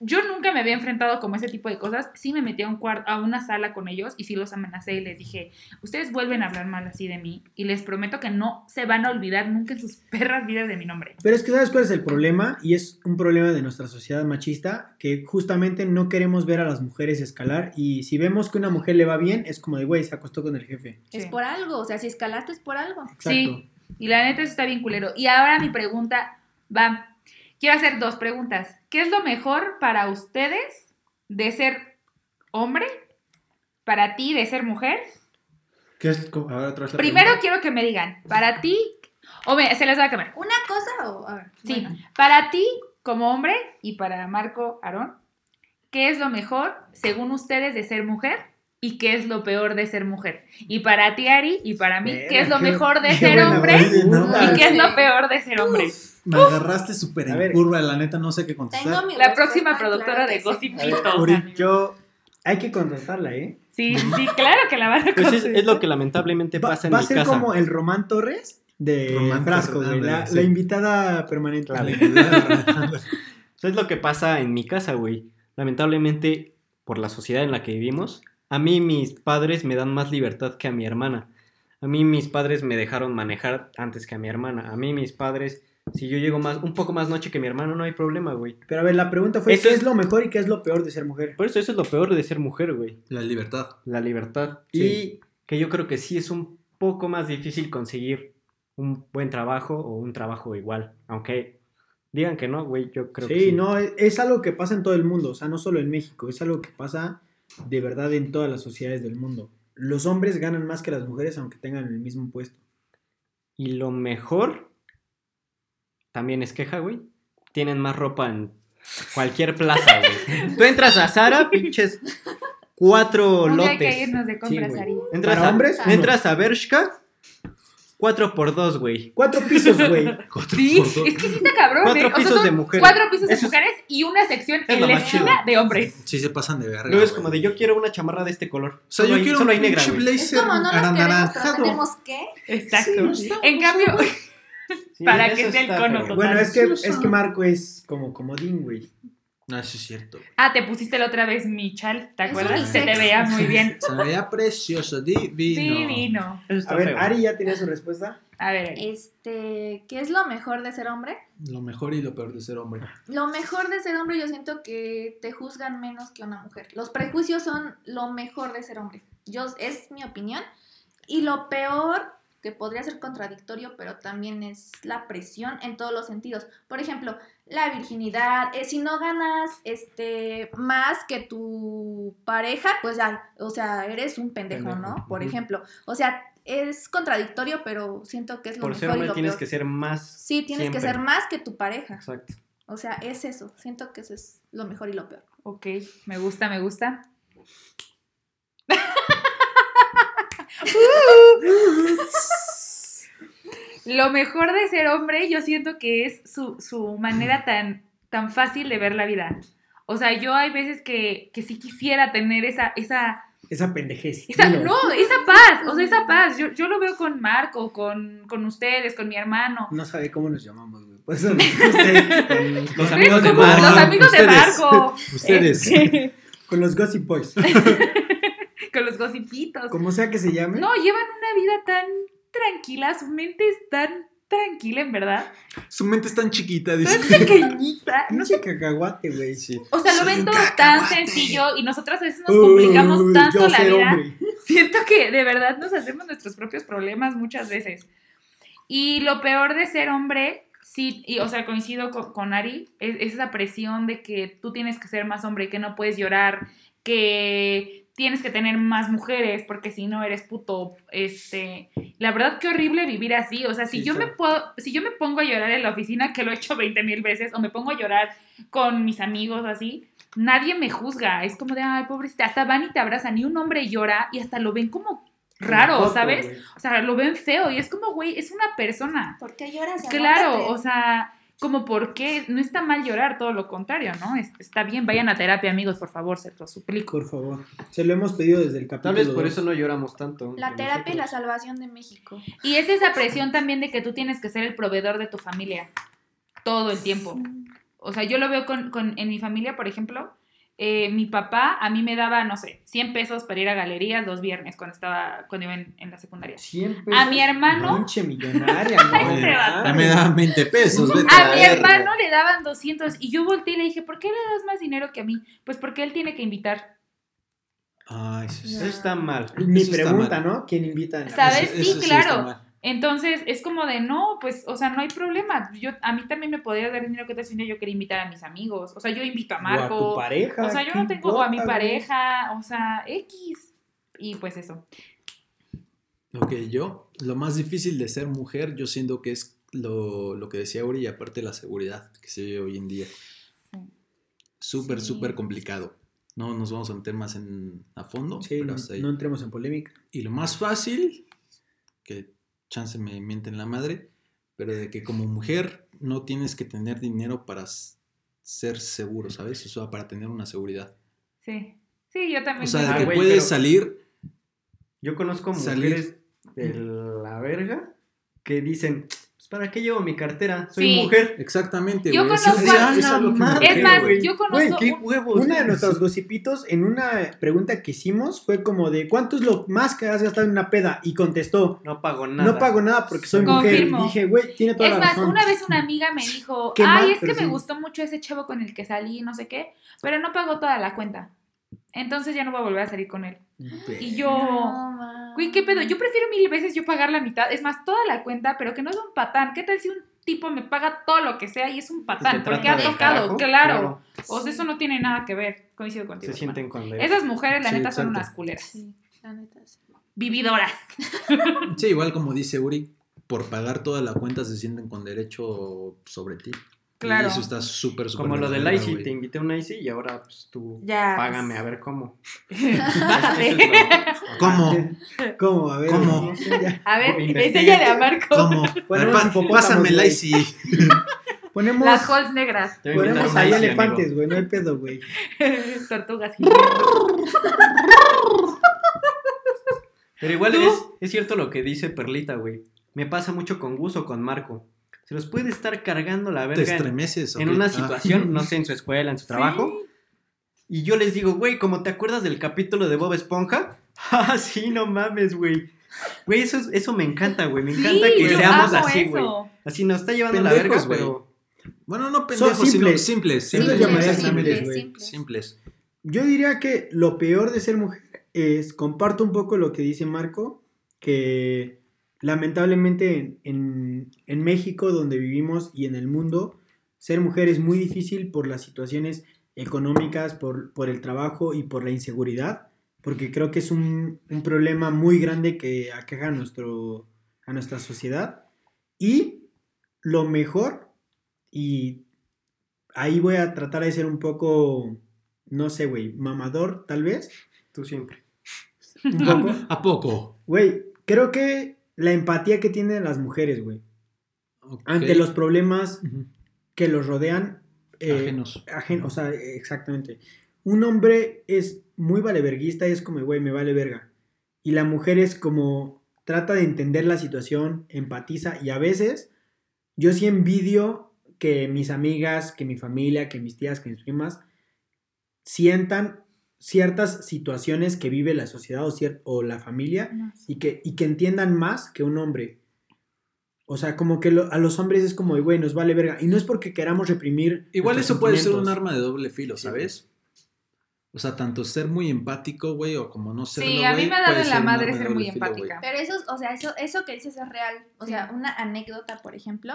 yo nunca me había enfrentado como ese tipo de cosas. Sí me metí a, un cuar- a una sala con ellos y sí los amenacé y les dije, ustedes vuelven a hablar mal así de mí y les prometo que no se van a olvidar nunca en sus *laughs* perras vidas de mi nombre.
Pero es que sabes cuál es el problema y es un problema de nuestra sociedad machista que justamente no queremos ver a las mujeres escalar y si vemos que una mujer le va bien es como de güey se acostó con el jefe.
Es
Sí.
por algo, o sea, si escalaste es por algo.
Exacto.
Sí. Y la neta eso está bien culero. Y ahora mi pregunta va, quiero hacer dos preguntas. ¿Qué es lo mejor para ustedes de ser hombre? Para ti de ser mujer?
¿Qué es? ¿Cómo? Ahora otra vez la
Primero
pregunta.
quiero que me digan, para ti, o me- se las va a cambiar.
¿Una cosa o.? A ver.
Sí,
bueno.
para ti como hombre y para Marco Aarón, ¿qué es lo mejor según ustedes de ser mujer y qué es lo peor de ser mujer? Y para ti Ari y para mí, ¿qué es lo
Verga,
mejor de
qué
ser
buena
hombre
pregunta.
y
pregunta.
qué es lo
Sí.
peor de ser hombre?
Me agarraste súper
A
en
ver.
curva, la neta, no sé qué
Tengo
contestar.
mi
La
respuesta,
próxima
claro
productora
que
de
sí.
Gossip
A ver,
Girl.
Ori,
Yo hay que contestarla, ¿eh?
Sí, sí, claro que la van a
Pues es,
conseguir.
es lo que lamentablemente
Va,
pasa en
va a
mi
ser
casa.
como el Román Torres de
Román
Frasco,
Torres,
güey, la,
ándale, sí.
la invitada permanente.
Eso es lo que pasa en mi casa, güey. Lamentablemente, por la sociedad en la que vivimos, a mí mis padres me dan más libertad que a mi hermana. A mí mis padres me dejaron manejar antes que a mi hermana. A mí mis padres, si yo llego más, un poco más noche que mi hermano, no hay problema, güey.
Pero a ver, la pregunta fue
Eso
¿qué
es-
es lo mejor y qué es lo peor de ser mujer?
Por eso eso es lo peor de ser mujer, güey.
*laughs* La libertad.
La libertad.
Sí.
Y que yo creo que sí es un poco más difícil conseguir un buen trabajo o un trabajo igual. Aunque digan que no, güey, yo creo que
sí, no, es, es algo que pasa en todo el mundo, o sea, no solo en México, es algo que pasa de verdad en todas las sociedades del mundo. Los hombres ganan más que las mujeres aunque tengan el mismo puesto.
Y lo mejor, también es queja, güey. Tienen más ropa en cualquier plaza, güey. Tú entras a Zara, pinches cuatro
Un día hay que
lotes.
irnos de compras,
güey.
Ari.
Entras
Para
a,
hombres, uno.
entras a Bershka, cuatro por dos, güey.
Cuatro pisos, güey.
Cuatro
Sí,
por dos.
es que sí está cabrón,
Cuatro
¿eh? O sea,
pisos
son
de mujeres.
Cuatro pisos de
Eso es-
mujeres y una sección
es lo
en la
más chido.
esquina de hombres.
Sí se pasan de verga.
Luego es
güey.
como de yo quiero una chamarra de este color.
O sea,
solo
yo
hay,
quiero
solo
un
hay negra,
pinche
güey.
Es
blazer
como no nos queremos, pero
anaranjado.
tenemos que.
Exacto. en cambio, Para que sea el cono total.
Bueno, es que, es que Marco es como comodín, güey.
No, eso es cierto. güey.
Ah, te pusiste la otra vez mi chal, ¿te
Es
acuerdas? Se
unisex.
te veía muy bien.
Se veía precioso, divino.
Divino.
A ver, Ari ya tenía su respuesta.
A ver,
Este, ¿qué es lo mejor de ser hombre?
Lo mejor y lo peor de ser hombre.
Lo mejor de ser hombre yo siento que te juzgan menos que una mujer. Los prejuicios son lo mejor de ser hombre. Yo es mi opinión y lo peor que podría ser contradictorio, pero también es la presión en todos los sentidos. Por ejemplo, la virginidad, eh, si no ganas este más que tu pareja, pues ya, o sea, eres un pendejo,
Pendejo,
¿no? Por
ujú.
ejemplo, o sea, es contradictorio, pero siento que es lo
Por
mejor
ser
y
hombre
lo
tienes
peor.
que ser más.
Sí, tienes que
siempre.
ser más que tu pareja.
Exacto.
O sea, es eso. Siento que eso es lo mejor y lo peor.
ok, me gusta, me gusta. *laughs* Lo mejor de ser hombre, yo siento que es su, su manera tan, tan fácil de ver la vida. O sea, yo hay veces que, que sí quisiera tener esa, esa
Esa pendejez.
Esa,
dilo.
no, esa paz, o sea, esa paz. Yo, yo lo veo con Marco, con, con ustedes, con mi hermano.
No sabe cómo nos llamamos, güey. Por eso nos gusta ir con,
Los amigos de
Como
Marco.
Los amigos de
ustedes.
Marco.
*laughs* Ustedes.
Este,
con los Gossip
*laughs*
Boys.
con los gocipitos.
Como sea que se llame.
No, llevan una vida tan tranquila, su mente es tan tranquila, en verdad.
Su mente es tan chiquita,
Tan
dice.
pequeñita. No
Pinche cacahuate, güey.
O sea, lo
Soy
ven
un
todo tan
cacahuate.
sencillo y nosotras a veces nos complicamos
Uy,
tanto
yo
la
ser
vida.
hombre.
*laughs* Siento que de verdad nos hacemos nuestros propios problemas muchas veces. Y lo peor de ser hombre, sí, y, o sea, coincido co- con, Ari, es, es esa presión de que tú tienes que ser más hombre, que no puedes llorar, que tienes que tener más mujeres porque si no eres puto, este, la verdad qué horrible vivir así, o sea, si
Sí,
yo me
claro.
puedo, si yo me pongo a llorar en la oficina que lo he hecho 20 mil veces o me pongo a llorar con mis amigos o así, nadie me juzga. Es como de, ay, pobrecita, hasta van y te abrazan y un hombre llora y hasta lo ven como raro,
Tampoco,
¿sabes?
güey.
O sea, lo ven feo y es como, güey, es una persona.
¿Por qué lloras?
Claro,
Pues Aguántate.
o sea, como por qué, no está mal llorar, todo lo contrario, ¿no? Es- Está bien, vayan a terapia, amigos, por favor, se los suplico.
Por favor. Se lo hemos pedido desde el capítulo.
Tal vez por
dos.
eso no lloramos tanto.
La
entre
terapia y la
nosotros.
salvación de México.
Y es esa presión también de que tú tienes que ser el proveedor de tu familia todo el tiempo. O sea, yo lo veo con, con- en mi familia, por ejemplo, eh, mi papá a mí me daba, no sé, 100 pesos para ir a galerías los viernes cuando estaba cuando iba en, en la secundaria.
Siempre.
A mi hermano,
Pinche millonaria,
*laughs*
no,
Este
güey.
vato.
Ya me daban 20
Ah,
pesos, vete
a
la
mi
verga.
hermano le daban 200 y yo volteé y le dije, ¿por qué le das más dinero que a mí? Pues porque él tiene que invitar.
Ay, sí, sí.
Eso está mal.
Mi
Eso está
pregunta,
mal.
¿no? ¿Quién invita? en la
¿Sabes?
mesa?
Sí,
está
claro.
mal.
Entonces es como de, no, pues, o sea, no hay problema. Yo, a mí también me podía dar dinero que te decía, yo quería invitar a mis amigos. O sea, yo invito a Marco.
O a tu pareja.
O sea, yo
¿qué
no tengo o a mi
importa, güey?
pareja, o sea, X. Y pues eso.
Ok, yo, lo más difícil de ser mujer, yo siento que es lo, lo que decía Uri y aparte la seguridad que se vive hoy en día.
Sí.
Súper,
Sí.
súper complicado. No nos vamos a meter más en, a fondo,
Sí,
pero
no,
hasta ahí.
no entremos en polémica.
Y lo más fácil, que chance me mienten la madre, pero de que como mujer no tienes que tener dinero para s- ser seguro, ¿sabes? O sea, para tener una seguridad.
Sí. Sí, yo también.
O sea,
Ah,
de que
güey,
puedes
pero-
salir,
Yo conozco
Salir.
mujeres de la verga que dicen, "Pues, ¿para qué llevo mi cartera? Soy
Sí.
mujer.
exactamente,
Yo
güey. Eso-
conozco
eso-
a-
eso es lo que me
madre,
es
refiero,
más,
güey.
yo conozco.
Güey, qué
un-
huevos.
Una de nuestros gossipitos en una pregunta que hicimos fue como de ¿cuánto es lo más que has gastado en una peda? Y contestó,
No pago nada.
no pago nada porque soy
Confirmo.
mujer. Y dije, güey, tiene toda
Es
la
más,
razón.
una vez una amiga me dijo,
Qué mal,
ay, es que
pero
me
sí.
gustó mucho ese chavo con el que salí, no sé qué, pero no pagó toda la cuenta. Entonces ya no voy a volver a salir con él. Y yo,
No, ma.
güey, ¿qué pedo? Yo prefiero mil veces yo pagar la mitad, es más, toda la cuenta, pero que no es un patán. ¿Qué tal si un tipo me paga todo lo que sea y es un patán? Ah, Porque
trata
ha
del
tocado,
carajo,
claro. O sea, eso no tiene nada que ver. Coincido contigo.
Se sienten con
hermano. Esas mujeres, la
Sí,
neta, son
exacto.
unas culeras.
Sí, la neta, sí.
Vividoras.
Sí, igual como dice Uri, por pagar toda la cuenta se sienten con derecho sobre ti.
Claro.
Y eso está súper, súper.
Como lo del
mal,
IC,
güey.
te invité a un IC y ahora pues, tú
Ya.
págame a
*laughs*
ver cómo.
Bájate.
Eso es lo-
¿Cómo?
*laughs* ¿Cómo? A ver.
¿Cómo?
ya.
A ver,
Investiga.
enséñale a Marco. *laughs*
¿Cómo?
Ponemos
A ver, pa-
hipopótamos,
pásame el
güey.
IC.
Ponemos,
Las holes negras. *laughs*
Te voy a invitar a
ponemos
un
ahí
IC, amigo.
elefantes, güey, no hay pedo, güey.
Tortugas. gigantes.
Pero igual
¿Tú?
es, es cierto lo que dice Perlita, güey. Me pasa mucho con Gus o con Marco. Se los puede estar cargando la
Te
verga en-
estremeces.
en
ok.
una
Ah.
situación, no sé, en su escuela, en su trabajo. Y yo les digo, güey, como te acuerdas del capítulo de Bob Esponja? *laughs* Ah, sí, no mames, güey. Güey, eso, es- eso me encanta, güey. Me encanta que
yo
seamos
amo
así,
eso.
güey. Así nos está llevando la verga,
Pendejos, güey.
pero
Bueno, no pendejos,
Son
simples.
simples.
simples.
Sí, lo
simples,
llamaría
exactamente.
simples, güey.
simples.
Simples.
Yo diría que lo peor de ser mujer es, comparto un poco lo que dice Marco, que lamentablemente en, en- en México, donde vivimos y en el mundo, ser mujer es muy difícil por las situaciones económicas, por, por el trabajo y por la inseguridad, porque creo que es un, un problema muy grande que aqueja a, nuestro, a nuestra sociedad. Y lo mejor, y ahí voy a tratar de ser un poco no sé, güey, mamador, tal vez.
tú siempre.
Un poco.
¿A poco?
Güey, creo que la empatía que tienen las mujeres, güey,
Ok.
ante los problemas
Ujú.
que los rodean. eh,
ajenos.
ajen- o sea, eh, exactamente. Un hombre es muy valeverguista y es como, güey, me vale verga. Y la mujer es como, trata de entender la situación, empatiza y a veces yo sí envidio que mis amigas, que mi familia, que mis tías, que mis primas sientan ciertas situaciones que vive la sociedad o, cier- o la familia y que, y que entiendan más que un hombre. O sea, como que lo- a los hombres es como, de, güey, nos vale verga. Y no es porque queramos reprimir.
Igual
nuestros
eso puede ser un
sentimientos.
arma de doble filo, ¿sabes? O sea, tanto ser muy empático, güey, o como no serlo,
Sí, a mí
güey,
me ha dado
puede
en la
un arma
madre
de
ser
doble
muy
filo, güey.
empática.
Pero eso, es- o sea, eso, eso que dices es real. O sea, una anécdota, por ejemplo,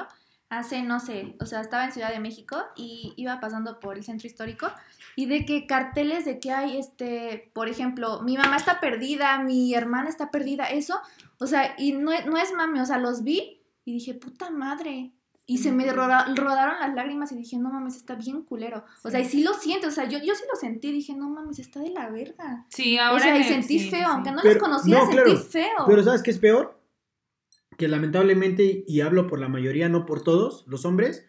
hace, no sé, o sea, estaba en Ciudad de México y iba pasando por el centro histórico y de que carteles de que hay, este, por ejemplo, mi mamá está perdida, mi hermana está perdida, eso, o sea, y no, es- no es mami, o sea, los vi y dije, puta madre. Y se me roda- rodaron las lágrimas y dije, no mames, está bien culero. O sea, y sí lo siento, o sea, yo, yo sí lo sentí, dije, no mames, está de la verga.
Sí,
O
ahora.
sea, y
me-
sentí
sí,
feo,
sí,
aunque
sí.
no
Pero-
los conocía,
no, claro.
sentí feo.
Pero ¿sabes qué es peor? Que lamentablemente, y hablo por la mayoría, no por todos, los hombres,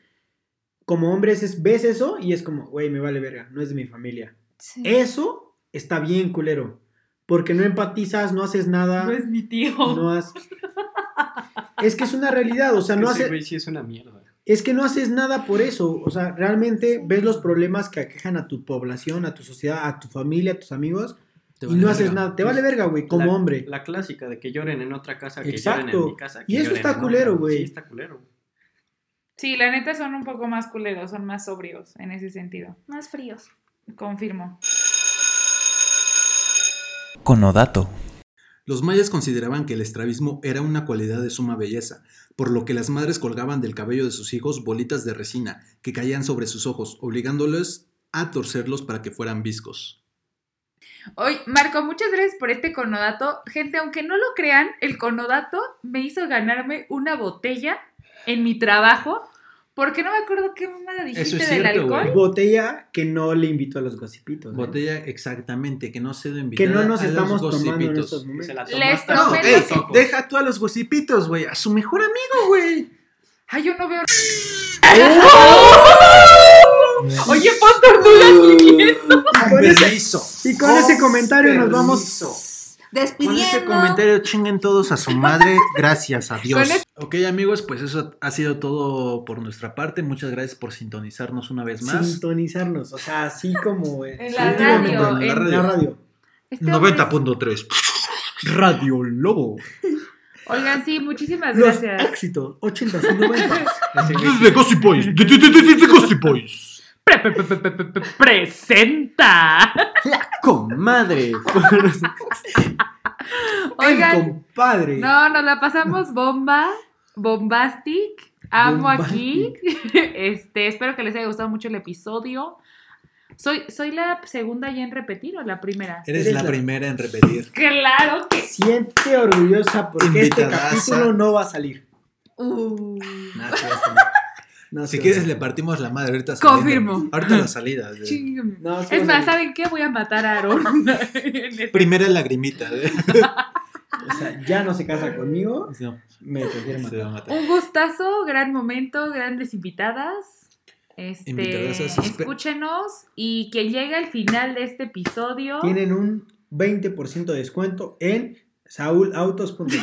como hombres es, ves eso y es como, güey, me vale verga, no es de mi familia.
Sí.
Eh, Eso está bien culero. Porque no empatizas, no haces nada,
No es mi tío.
no has... Es que es una realidad, o sea, no
no
haces...
güey sí es una mierda.
Es que no haces nada por eso. O sea, realmente ves los problemas que aquejan a tu población, a tu sociedad, a tu familia, a tus amigos,
Te
y
vale
no haces
verga.
nada. Te vale verga, güey, como
La-
hombre.
La clásica de que lloren en otra casa, que
Exacto.
lloren en mi casa. que
Y eso
lloren
está
en otra.
culero, güey.
Sí, está culero.
Sí, la neta son un poco más culeros, son más sobrios en ese sentido.
Más fríos.
Confirmo.
Conodato.
Los mayas consideraban que el estrabismo era una cualidad de suma belleza, por lo que las madres colgaban del cabello de sus hijos bolitas de resina que caían sobre sus ojos, obligándoles a torcerlos para que fueran viscos.
Hoy, Marco, muchas gracias por este conodato. Gente, aunque no lo crean, el conodato me hizo ganarme una botella en mi trabajo. Porque no me acuerdo qué mamada dijiste
Eso es
del
cierto,
alcohol.
güey.
Botella que no le invitó a los gossipitos. ¿eh?
Botella exactamente, que no se lo
Que
invitada
no nos
a los
estamos tomando en
gossipitos.
estos momentos.
Se la
Les
tomaste a los
prometo
ey,
ojos.
deja tú a los gocipitos, güey, a su mejor amigo, güey.
Ay, yo no veo. *laughs* Oye, pon tortugas fingiendo.
Y *laughs* con ese-
Permiso.
Y con ese comentario nos vamos.
Con
Despidiendo.
ese comentario chinguen todos a su madre. Gracias a Dios.
Con
Ok, amigos, pues eso ha sido todo por nuestra parte. Muchas gracias por sintonizarnos una vez más.
Sintonizarnos, o sea, así como eh,
En
sí,
la
como
radio.
en
en-
la radio.
Este hombre-
90.3 Radio Lobo.
Oigan, sí, *laughs* muchísimas
Los
gracias.
éxitos, 80 y
*laughs*
90.
Ese güey sí.
Desde Gossip Boys. Desde Gossip Boys.
Pre- pre- pre- pre- pre- pre- presenta.
Comadre.
Oigan,
Ven, compadre.
no, nos la pasamos bomba, bombastic. Amo aquí. *laughs* Este, espero que les haya gustado mucho el episodio. Soy, soy la segunda ya en repetir o la primera.
Eres
Eres
la
la-
primera en repetir.
Claro que sí.
Siente orgullosa porque
Invitadaza.
este capítulo no va a salir.
Uh.
No
Si
se
quieres
va
le partimos la madre ahorita.
Confirmo.
Ahorita la salida. de-
Ching.
a- no, se
Es
va a
más,
salir.
¿saben qué? Voy a matar a Aaron. *laughs* En este-
Primera lagrimita. ¿eh? de- *laughs*
O sea, ya no se casa conmigo, me prefiero
Se va a
matar.
matar.
Un gustazo, gran momento, grandes invitadas. Este,
Invitadas a sus-
escúchenos y que llegue al final de este episodio.
Tienen un 20% de descuento en saulautos.com.
*laughs*
¿Qué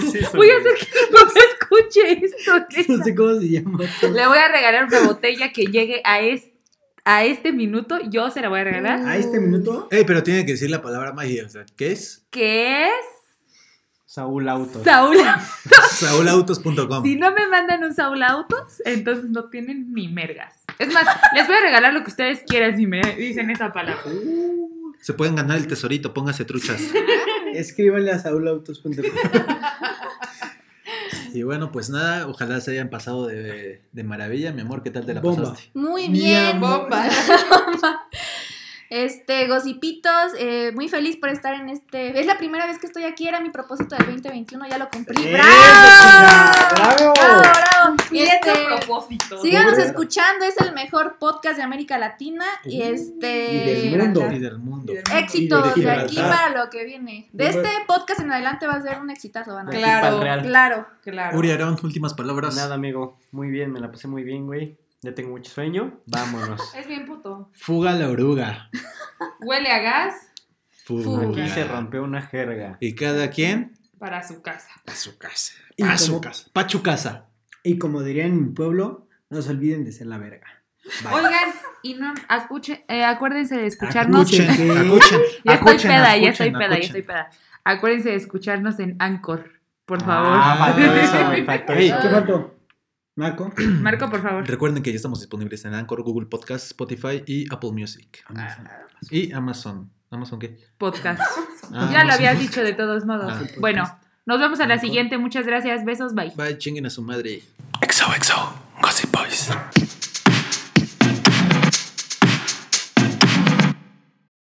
es eso?
Voy a
güey?
hacer que mi papá escuche esto.
No sé cómo se llama.
Le voy a regalar una botella que llegue a, es- a este minuto. Yo se la voy a regalar.
A este minuto,
Ey, pero tiene que decir la palabra magia. O sea, ¿qué *laughs* es?
Que es
Saúl Auto.
Saúl.
Saulautos.com.
Si no me mandan un Saúl Autos, entonces no tienen ni mergas. Es más, les voy a regalar lo que ustedes quieran si me dicen esa palabra.
Se pueden ganar el tesorito, póngase truchas.
escríbanle a
*laughs*
saulautos.com.
Y bueno, pues nada, ojalá se hayan pasado de, de maravilla, mi amor, ¿qué tal te la
Bomba.
pasaste?
Muy
Mi
bien.
amor.
Este, gocipitos, eh, muy feliz por estar en este. Es la primera vez que estoy aquí, era mi propósito del 2021, ya lo cumplí.
¡Eso,
¡Bravo!
chinga! ¡Bravo!
Oh,
¡Bravo, bravo!
Cumpliendo
Este,
propósitos.
síganos
Pobre.
escuchando, es el mejor podcast de América Latina y este.
y del mundo.
Y del mundo.
Éxitos
Y de
de aquí
Gibraltar.
para lo que viene. De
Número-
este podcast en adelante va a ser un exitazo, banda.
Claro.
Claro.
Claro.
Uri Aarón, últimas palabras.
Pues Nada, amigo. Muy bien, me la pasé muy bien, güey. Ya tengo mucho sueño.
*laughs*
Vámonos.
Es bien puto.
Fuga la oruga.
Huele a gas
Fuga.
Aquí se rompió una jerga.
Y cada quien
para su casa.
a su casa.
Y
A su
como-
casa. Pa' su casa.
Y como dirían en mi pueblo, no se olviden de ser la verga.
Oigan, y no, escuche, eh, acuérdense de escucharnos.
Acuchen,
Acuchen,
que-
acuchen,
*laughs* Ya estoy
acuchen,
peda, ya
acuchen,
estoy peda, ya
acuchen.
estoy peda. Acuérdense de escucharnos en Anchor. Por
Ah,
*laughs*
favor.
faltó eso, güey, faltó
Ey,
eso.
¿Qué faltó? Marco.
*laughs* Marco, por favor.
Recuerden que ya estamos disponibles en Anchor, Google Podcast, Spotify y Apple Music.
Ah,
Y Amazon. ¿Amazon qué?
Podcast.
Ah,
ya lo
Amazon
habías
Music.
dicho de todos modos.
Ah, podcast.
bueno, nos vemos a la siguiente. Muchas gracias. Besos. Bye.
Bye, chinguen a su madre.
XOXO, Gossip Boys.